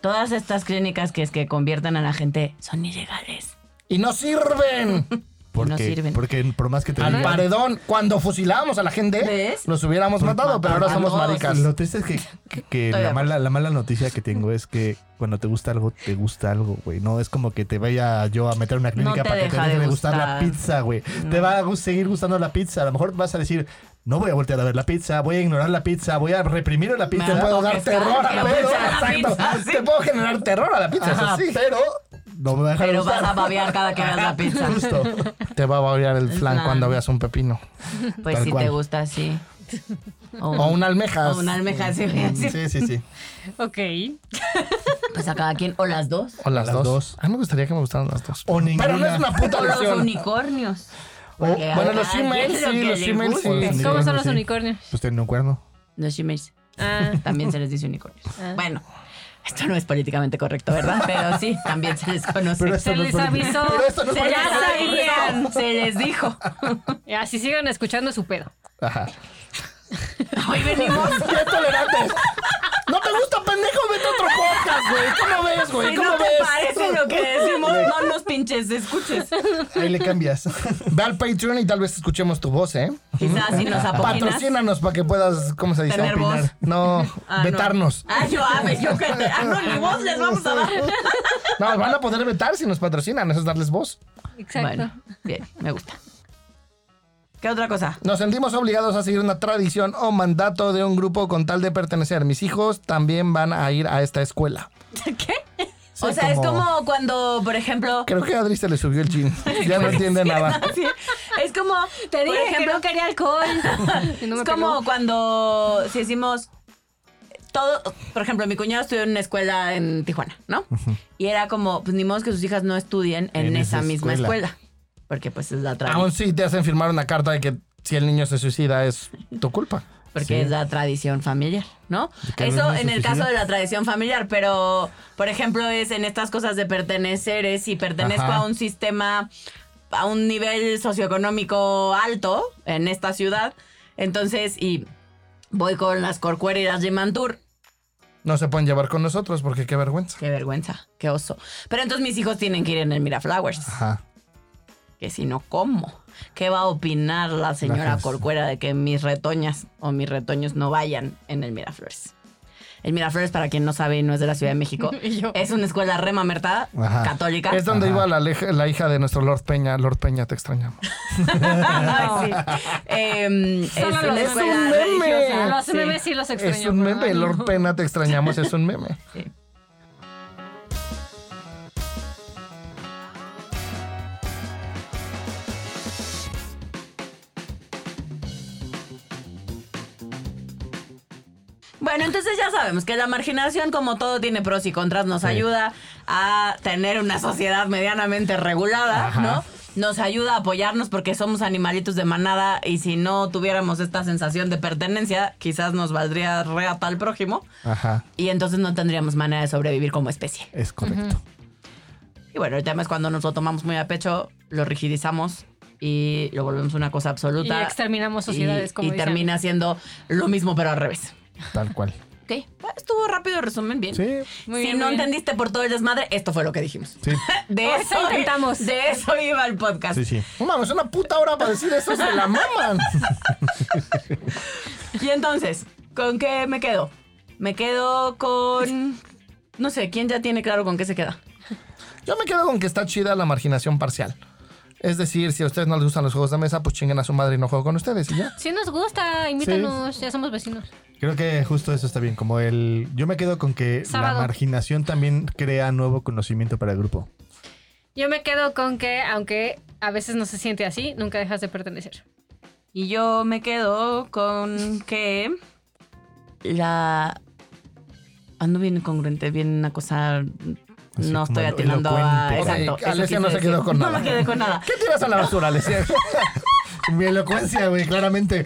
Speaker 3: Todas estas clínicas que es que convierten a la gente son ilegales.
Speaker 1: Y no sirven.
Speaker 2: Porque,
Speaker 3: No sirven.
Speaker 2: porque por más que te
Speaker 1: Al
Speaker 2: digan-
Speaker 1: paredón, cuando fusilábamos a la gente,
Speaker 3: ¿Ves?
Speaker 1: los hubiéramos matado, pero ahora
Speaker 3: a
Speaker 1: somos
Speaker 3: todos.
Speaker 1: maricas.
Speaker 2: Lo triste es que,
Speaker 3: *laughs*
Speaker 2: que- que
Speaker 3: Estoy de
Speaker 2: la,
Speaker 3: acuerdo.
Speaker 2: mala, la mala noticia que tengo es que cuando te gusta algo, te gusta algo, güey. No es como que te vaya yo a meter a una clínica
Speaker 3: No te
Speaker 2: para que te
Speaker 3: deja de
Speaker 2: deje de gustar la
Speaker 3: gustar.
Speaker 2: pizza, güey. Te va a gu- seguir gustando la pizza. A lo mejor vas a decir, no voy a voltear a ver la pizza, voy a ignorar la pizza, voy a reprimir a la
Speaker 1: Te
Speaker 2: pizza.
Speaker 3: va a
Speaker 1: puedo
Speaker 3: tocar
Speaker 1: dar terror a la
Speaker 3: que
Speaker 1: pizza,
Speaker 3: pizza,
Speaker 1: exacto.
Speaker 3: pizza, sí.
Speaker 1: Te puedo generar terror a la pizza,
Speaker 2: Ajá,
Speaker 1: eso sí.
Speaker 2: Pero no me va a dejar de
Speaker 3: Pero
Speaker 2: gustar.
Speaker 3: vas a babear cada que veas la pizza.
Speaker 2: Justo.
Speaker 1: Te va a babear el flan
Speaker 3: flan.
Speaker 1: cuando veas un pepino.
Speaker 3: Pues
Speaker 2: Tal
Speaker 3: si
Speaker 2: cual.
Speaker 3: te gusta, sí. O,
Speaker 1: O una almeja.
Speaker 3: o una almeja, sí, voy a decir.
Speaker 2: Sí, sí, sí.
Speaker 5: Ok.
Speaker 3: Pues a cada quien, o las dos.
Speaker 1: O las,
Speaker 2: Las
Speaker 1: dos.
Speaker 2: dos.
Speaker 1: A mí me gustaría que me gustaran las dos.
Speaker 2: O ninguna.
Speaker 1: Pero no es una puta
Speaker 3: O los
Speaker 1: lesión.
Speaker 3: unicornios.
Speaker 2: O-
Speaker 3: Porque a
Speaker 1: Bueno, los
Speaker 3: cada quien
Speaker 1: shemales
Speaker 3: lo
Speaker 1: sí,
Speaker 3: que
Speaker 1: los
Speaker 3: le
Speaker 1: shemales
Speaker 3: gusta.
Speaker 1: sí.
Speaker 5: ¿Cómo son los
Speaker 2: sí.
Speaker 5: unicornios?
Speaker 2: Pues tiene un
Speaker 3: *laughs*
Speaker 2: cuerno.
Speaker 3: Los shemales.
Speaker 5: Ah,
Speaker 3: También se les dice unicornios.
Speaker 5: *laughs* Ah.
Speaker 3: Bueno, esto no es políticamente correcto, ¿verdad? Pero sí, también se les conoce.
Speaker 2: Pero esto
Speaker 5: se
Speaker 2: no
Speaker 5: les
Speaker 2: es política.
Speaker 5: avisó.
Speaker 1: Pero esto no es
Speaker 5: se ya
Speaker 1: política.
Speaker 3: *laughs*
Speaker 5: sabían.
Speaker 3: Se les dijo.
Speaker 5: Así sigan escuchando su pedo.
Speaker 2: Ajá.
Speaker 3: Hoy venimos.
Speaker 1: ¡Qué tolerantes! ¡No te gusta, pendejo! ¡Vete a otro podcast, güey! ¿Cómo ves, güey?
Speaker 3: Si
Speaker 1: ¿Cómo
Speaker 3: no te
Speaker 1: ves?
Speaker 3: parece lo que decimos, no nos pinches escuches.
Speaker 2: Ahí le cambias.
Speaker 1: Ve al Patreon y tal vez escuchemos tu voz, ¿eh?
Speaker 3: Quizás si nos apoquinas.
Speaker 1: Patrocínanos para que puedas, ¿cómo se dice?
Speaker 3: Tener voz.
Speaker 1: No,
Speaker 3: *laughs* Ah, no.
Speaker 1: vetarnos.
Speaker 3: Ah, yo, ah, me- yo que ah, no, ni vos les vamos a dar.
Speaker 1: No, nos van a poder vetar si nos patrocinan, eso es darles voz.
Speaker 5: Exacto.
Speaker 3: Bueno, bien, me gusta. ¿Qué otra cosa?
Speaker 1: Nos sentimos obligados a seguir una tradición o mandato de un grupo con tal de pertenecer. Mis hijos también van a ir a esta escuela.
Speaker 3: ¿Qué?
Speaker 1: Sí,
Speaker 3: o sea,
Speaker 1: como-
Speaker 3: es como cuando, por ejemplo.
Speaker 1: Creo que a Adri se le subió el chin. Ya no entiende nada.
Speaker 3: *laughs* Sí, es como.
Speaker 5: Te
Speaker 3: por
Speaker 5: dije
Speaker 3: ejemplo,
Speaker 5: que no quería alcohol. Y no me
Speaker 3: es como
Speaker 5: peló.
Speaker 3: cuando si decimos todo, por ejemplo, mi cuñado estudió en una escuela en Tijuana, ¿no? Y era como, pues ni modo que sus hijas no estudien en,
Speaker 2: En
Speaker 3: esa,
Speaker 2: esa
Speaker 3: misma
Speaker 2: escuela. Ah,
Speaker 3: escuela. Porque pues es la
Speaker 1: Aún
Speaker 3: tradición.
Speaker 1: sí te hacen firmar una carta de que si el niño se suicida es tu culpa.
Speaker 3: Porque
Speaker 2: sí.
Speaker 3: es la tradición familiar, ¿no?
Speaker 2: que no
Speaker 3: Eso
Speaker 2: es
Speaker 3: en el
Speaker 2: suicida.
Speaker 3: caso de la tradición familiar, pero por ejemplo es en estas cosas de pertenecer, es si pertenezco
Speaker 1: Ajá.
Speaker 3: a un sistema, a un nivel socioeconómico alto en esta ciudad, entonces y voy con las corcueras y las Jimantur,
Speaker 1: No se pueden llevar con nosotros porque qué vergüenza.
Speaker 3: Qué vergüenza, qué oso. Pero entonces mis hijos tienen que ir en el Miraflowers,
Speaker 1: Ajá.
Speaker 3: que si no, ¿cómo? ¿Qué va a opinar la señora
Speaker 1: gente.
Speaker 3: Corcuera de que mis retoñas o mis retoños no vayan en el Miraflores? El Miraflores, para quien no sabe y no es de la Ciudad de
Speaker 5: *laughs*
Speaker 3: México,
Speaker 5: Y yo.
Speaker 3: es una escuela remamertada
Speaker 2: Ajá.
Speaker 3: católica. *laughs*
Speaker 1: Es donde
Speaker 2: Ajá.
Speaker 1: iba la, leja- la hija de nuestro Lord Peña. Lord Peña, te extrañamos.
Speaker 3: Ay, Ah, sí. Em, es
Speaker 5: Solo los
Speaker 3: una
Speaker 5: memes.
Speaker 3: escuela
Speaker 1: Es un meme.
Speaker 3: religiosa.
Speaker 5: Los
Speaker 3: Sí.
Speaker 5: memes sí los extraño.
Speaker 1: Es un meme,
Speaker 5: ¿verdad?
Speaker 1: Lord Pena, te extrañamos, es un meme.
Speaker 3: Sí. Bueno, entonces ya sabemos que la marginación, como todo, tiene pros y contras, nos ayuda a tener una sociedad medianamente regulada, ¿no? Nos ayuda a apoyarnos porque somos animalitos de manada y si no tuviéramos esta sensación de pertenencia, quizás nos valdría re a tal prójimo
Speaker 2: Ajá,
Speaker 3: y entonces no tendríamos manera de sobrevivir como especie.
Speaker 2: es correcto.
Speaker 3: Y bueno, el tema es cuando nos lo tomamos muy a pecho, lo rigidizamos y lo volvemos una cosa
Speaker 5: Y
Speaker 3: absoluta.
Speaker 5: exterminamos sociedades
Speaker 3: y-
Speaker 5: como
Speaker 3: y
Speaker 5: dicen.
Speaker 3: termina siendo lo mismo, pero al revés.
Speaker 2: Tal cual.
Speaker 3: Ok, bueno, estuvo rápido el resumen, bien.
Speaker 2: Sí,
Speaker 5: Muy
Speaker 3: si
Speaker 5: bien,
Speaker 3: no
Speaker 5: muy bien.
Speaker 3: entendiste por todo el desmadre, esto fue lo que dijimos. *laughs*
Speaker 2: sí,
Speaker 3: De
Speaker 5: Eso intentamos.
Speaker 3: De eso iba el podcast.
Speaker 2: sí, sí.
Speaker 1: No mames, una puta hora para decir eso, se la maman.
Speaker 3: Y entonces, ¿con qué me quedo? Me quedo con. No sé, ¿quién ya tiene claro con qué se queda?
Speaker 1: Yo me quedo con que está chida la marginación parcial. Es decir, si a ustedes no les gustan los juegos de mesa, pues chinguen a su madre y no juego con ustedes y ya.
Speaker 5: Sí nos gusta, invítanos, ya somos vecinos.
Speaker 2: Creo que justo eso está bien. Como el. Yo me quedo con que
Speaker 5: Sábado.
Speaker 2: la marginación también crea nuevo conocimiento para el grupo.
Speaker 5: Yo me quedo con que, aunque a veces no se siente así, nunca dejas de pertenecer.
Speaker 3: Y yo me quedo con que la... Ando bien incongruente, bien una cosa...
Speaker 2: Así como
Speaker 3: no estoy
Speaker 2: elo-
Speaker 3: atinando a...
Speaker 2: elocuente.
Speaker 3: Exacto.
Speaker 1: Ok,
Speaker 3: eso
Speaker 1: Alessia no
Speaker 3: quise
Speaker 1: se quedó
Speaker 3: decir.
Speaker 1: con
Speaker 3: No
Speaker 1: nada.
Speaker 3: me quedé
Speaker 1: *laughs*
Speaker 3: con nada.
Speaker 1: ¿Qué tiras a la basura, Alicia?
Speaker 2: *laughs* Mi elocuencia, güey, claramente.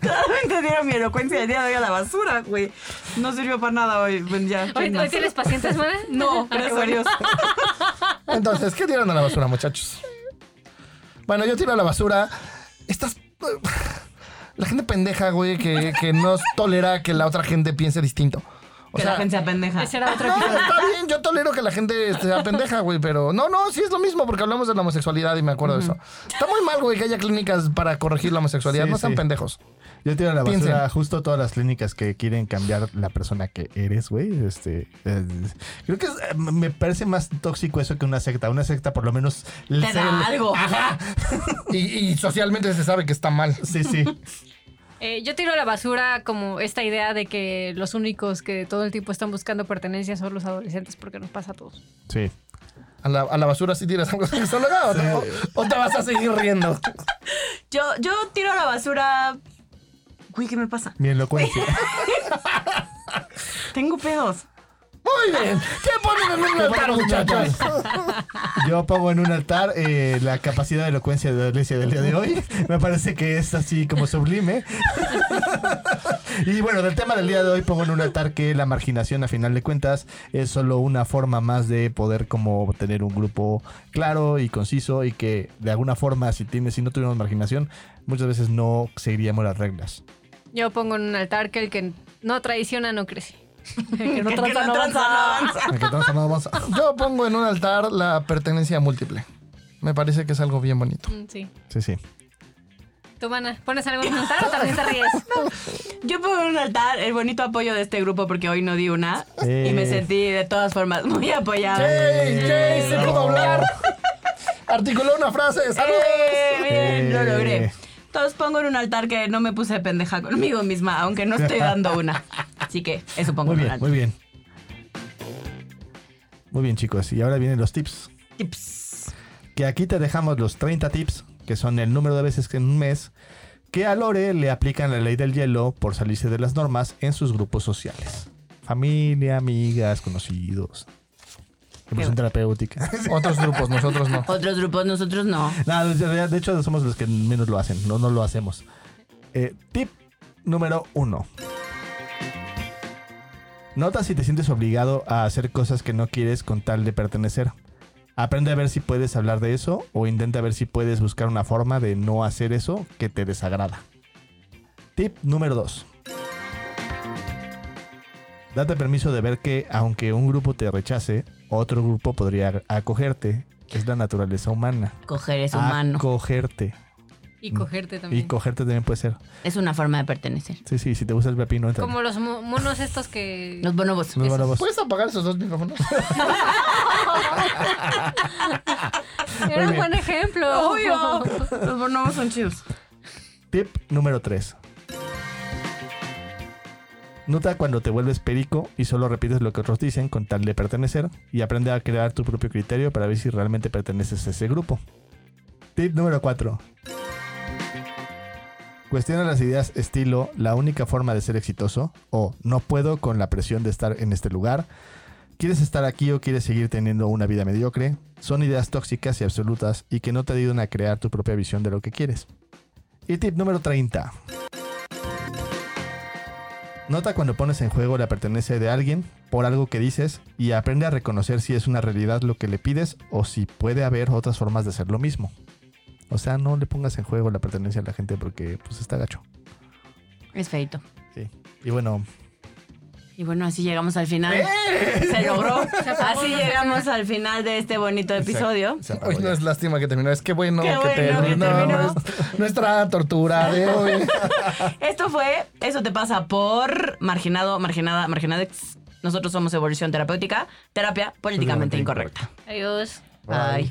Speaker 3: Claramente dieron mi elocuencia el día de hoy a la basura, güey. No sirvió para nada hoy. Bueno, ya.
Speaker 5: ¿Hoy, hoy tienes pacientes, Mara?
Speaker 3: No,
Speaker 5: *laughs* Ah, qué
Speaker 3: gracias a
Speaker 5: bueno.
Speaker 3: Dios. *laughs*
Speaker 1: Entonces, ¿qué tiran a la basura, muchachos? Bueno, yo tiro a la basura. Estas. La gente pendeja, güey, que, que no tolera que la otra gente piense distinto. O
Speaker 3: Que la
Speaker 1: sea,
Speaker 3: gente sea pendeja.
Speaker 5: Ese era
Speaker 1: *laughs*
Speaker 5: otro
Speaker 1: No,
Speaker 5: episodio.
Speaker 1: está bien, yo tolero que la gente sea pendeja, güey, pero no, no, sí es lo mismo porque hablamos de la homosexualidad y me acuerdo de eso. Está muy mal, güey, que haya clínicas para corregir la homosexualidad,
Speaker 2: Sí,
Speaker 1: no sean
Speaker 2: sí.
Speaker 1: pendejos.
Speaker 2: Yo tiro a la basura
Speaker 1: Piensen.
Speaker 2: justo todas las clínicas que quieren cambiar la persona que eres, güey. Este, eh, creo que es- eh, me parece más tóxico eso que una secta. Una secta por lo menos...
Speaker 3: Te da algo.
Speaker 1: Y, y socialmente se sabe que está mal.
Speaker 2: Sí, sí.
Speaker 5: Eh, yo tiro a la basura como esta idea de que los únicos que todo el tiempo están buscando pertenencia son los adolescentes porque nos pasa a todos.
Speaker 2: Sí.
Speaker 1: A la, a la basura si tiras algo sexualizado, ¿no? o, te vas a seguir riendo.
Speaker 3: Yo, yo tiro a la basura... Güey, ¿qué me pasa?
Speaker 2: Mi
Speaker 3: *laughs*
Speaker 2: elocuencia.
Speaker 3: Tengo pedos.
Speaker 1: Muy bien. ¿Qué ponen en un
Speaker 2: ¿Qué
Speaker 1: altar,
Speaker 2: ponemos en un altar?
Speaker 1: muchachos?
Speaker 2: Yo pongo en un altar eh, la capacidad de elocuencia de Alicia del día de hoy. Me parece que es así como sublime. Y bueno, del tema del día de hoy pongo en un altar que la marginación a final de cuentas es solo una forma más de poder como tener un grupo claro y conciso y que de alguna forma si tienes, si no tuviéramos marginación, muchas veces no seguiríamos las reglas.
Speaker 5: Yo pongo en un altar que el que no traiciona no crece.
Speaker 3: Que no
Speaker 5: tranza, no avanza.
Speaker 3: avanza.
Speaker 1: Me quedo hasta nada más. Yo pongo en un altar la pertenencia múltiple. Me parece que es algo bien bonito.
Speaker 5: Mm, Sí.
Speaker 2: Sí, sí.
Speaker 5: ¿Tú, Mana, pones algo en el altar o también te ríes?
Speaker 3: Yo pongo en un altar el bonito apoyo de este grupo porque hoy no di una y me
Speaker 2: Eh.
Speaker 3: sentí de todas formas muy apoyada. Eh,
Speaker 1: ¡Jay! ¡Jay! ¡Se pudo hablar! Articuló una frase. ¡Saludos!
Speaker 3: ¡Eh! Miren, lo
Speaker 2: Eh.
Speaker 3: logré. Todos pongo en un altar que no me puse pendeja conmigo misma, aunque no estoy dando una. Así que eso pongo
Speaker 2: Muy
Speaker 3: en un
Speaker 2: bien,
Speaker 3: altar.
Speaker 2: muy bien. Muy bien, chicos. Y ahora vienen los tips.
Speaker 3: Tips.
Speaker 2: Que aquí te dejamos los 30 tips, que son el número de veces que en un mes que a Lore le aplican la ley del hielo por salirse de las normas en sus grupos sociales. Familia, amigas, conocidos. Represión terapéutica.
Speaker 1: Otros grupos, nosotros no.
Speaker 3: Otros grupos, nosotros no.
Speaker 2: No, de- de de hecho somos los que menos lo hacen, no, no lo hacemos. Eh, tip número uno. Nota si te sientes obligado a hacer cosas que no quieres con tal de pertenecer. Aprende a ver si puedes hablar de eso o intenta ver si puedes buscar una forma de no hacer eso que te desagrada. Tip número 2. Date permiso de ver que aunque un grupo te rechace, otro grupo podría acogerte. Es la naturaleza humana.
Speaker 3: Coger
Speaker 2: Ah,
Speaker 3: es humano.
Speaker 2: Acogerte.
Speaker 5: Y cogerte
Speaker 2: Y
Speaker 5: también.
Speaker 2: cogerte también puede ser.
Speaker 3: es una forma de pertenecer.
Speaker 2: Sí, sí, si te gusta el pepino, entra.
Speaker 5: Como los mo- monos estos que...
Speaker 3: Los bonobos.
Speaker 2: Muy buena voz.
Speaker 1: ¿Puedes apagar esos dos micrófonos?
Speaker 5: Era un buen ejemplo. *laughs*
Speaker 3: Obvio. Los bonobos son chidos.
Speaker 2: Tip número 3. Nota cuando te vuelves perico y solo repites lo que otros dicen con tal de pertenecer y aprende a crear tu propio criterio para ver si realmente perteneces a ese grupo. Tip número 4. Cuestiona las ideas estilo la única forma de ser exitoso o no puedo con la presión de estar en este lugar. ¿Quieres estar aquí o quieres seguir teniendo una vida mediocre? Son ideas tóxicas y absolutas y que no te ayudan a crear tu propia visión de lo que quieres. Y tip número 30. Nota cuando pones en juego la pertenencia de alguien por algo que dices y aprende a reconocer si es una realidad lo que le pides o si puede haber otras formas de hacer lo mismo. O sea, no le pongas en juego la pertenencia a la gente porque pues está gacho.
Speaker 3: Es feito.
Speaker 2: Y bueno,
Speaker 3: Y bueno, así llegamos al final. Se logró. Así llegamos al final de este bonito episodio.
Speaker 2: *laughs* se apagó
Speaker 1: Hoy no
Speaker 2: ya.
Speaker 1: es lástima que terminó. Es que bueno,
Speaker 3: Qué bueno
Speaker 1: que
Speaker 3: que
Speaker 1: terminó.
Speaker 3: terminó.
Speaker 1: nues- Nuestra tortura de hoy.
Speaker 3: Esto fue Eso te pasa por Marginado, Marginada, Marginadex. Nosotros somos Evolución Terapéutica, terapia políticamente incorrecta.
Speaker 5: Adiós.
Speaker 3: Bye.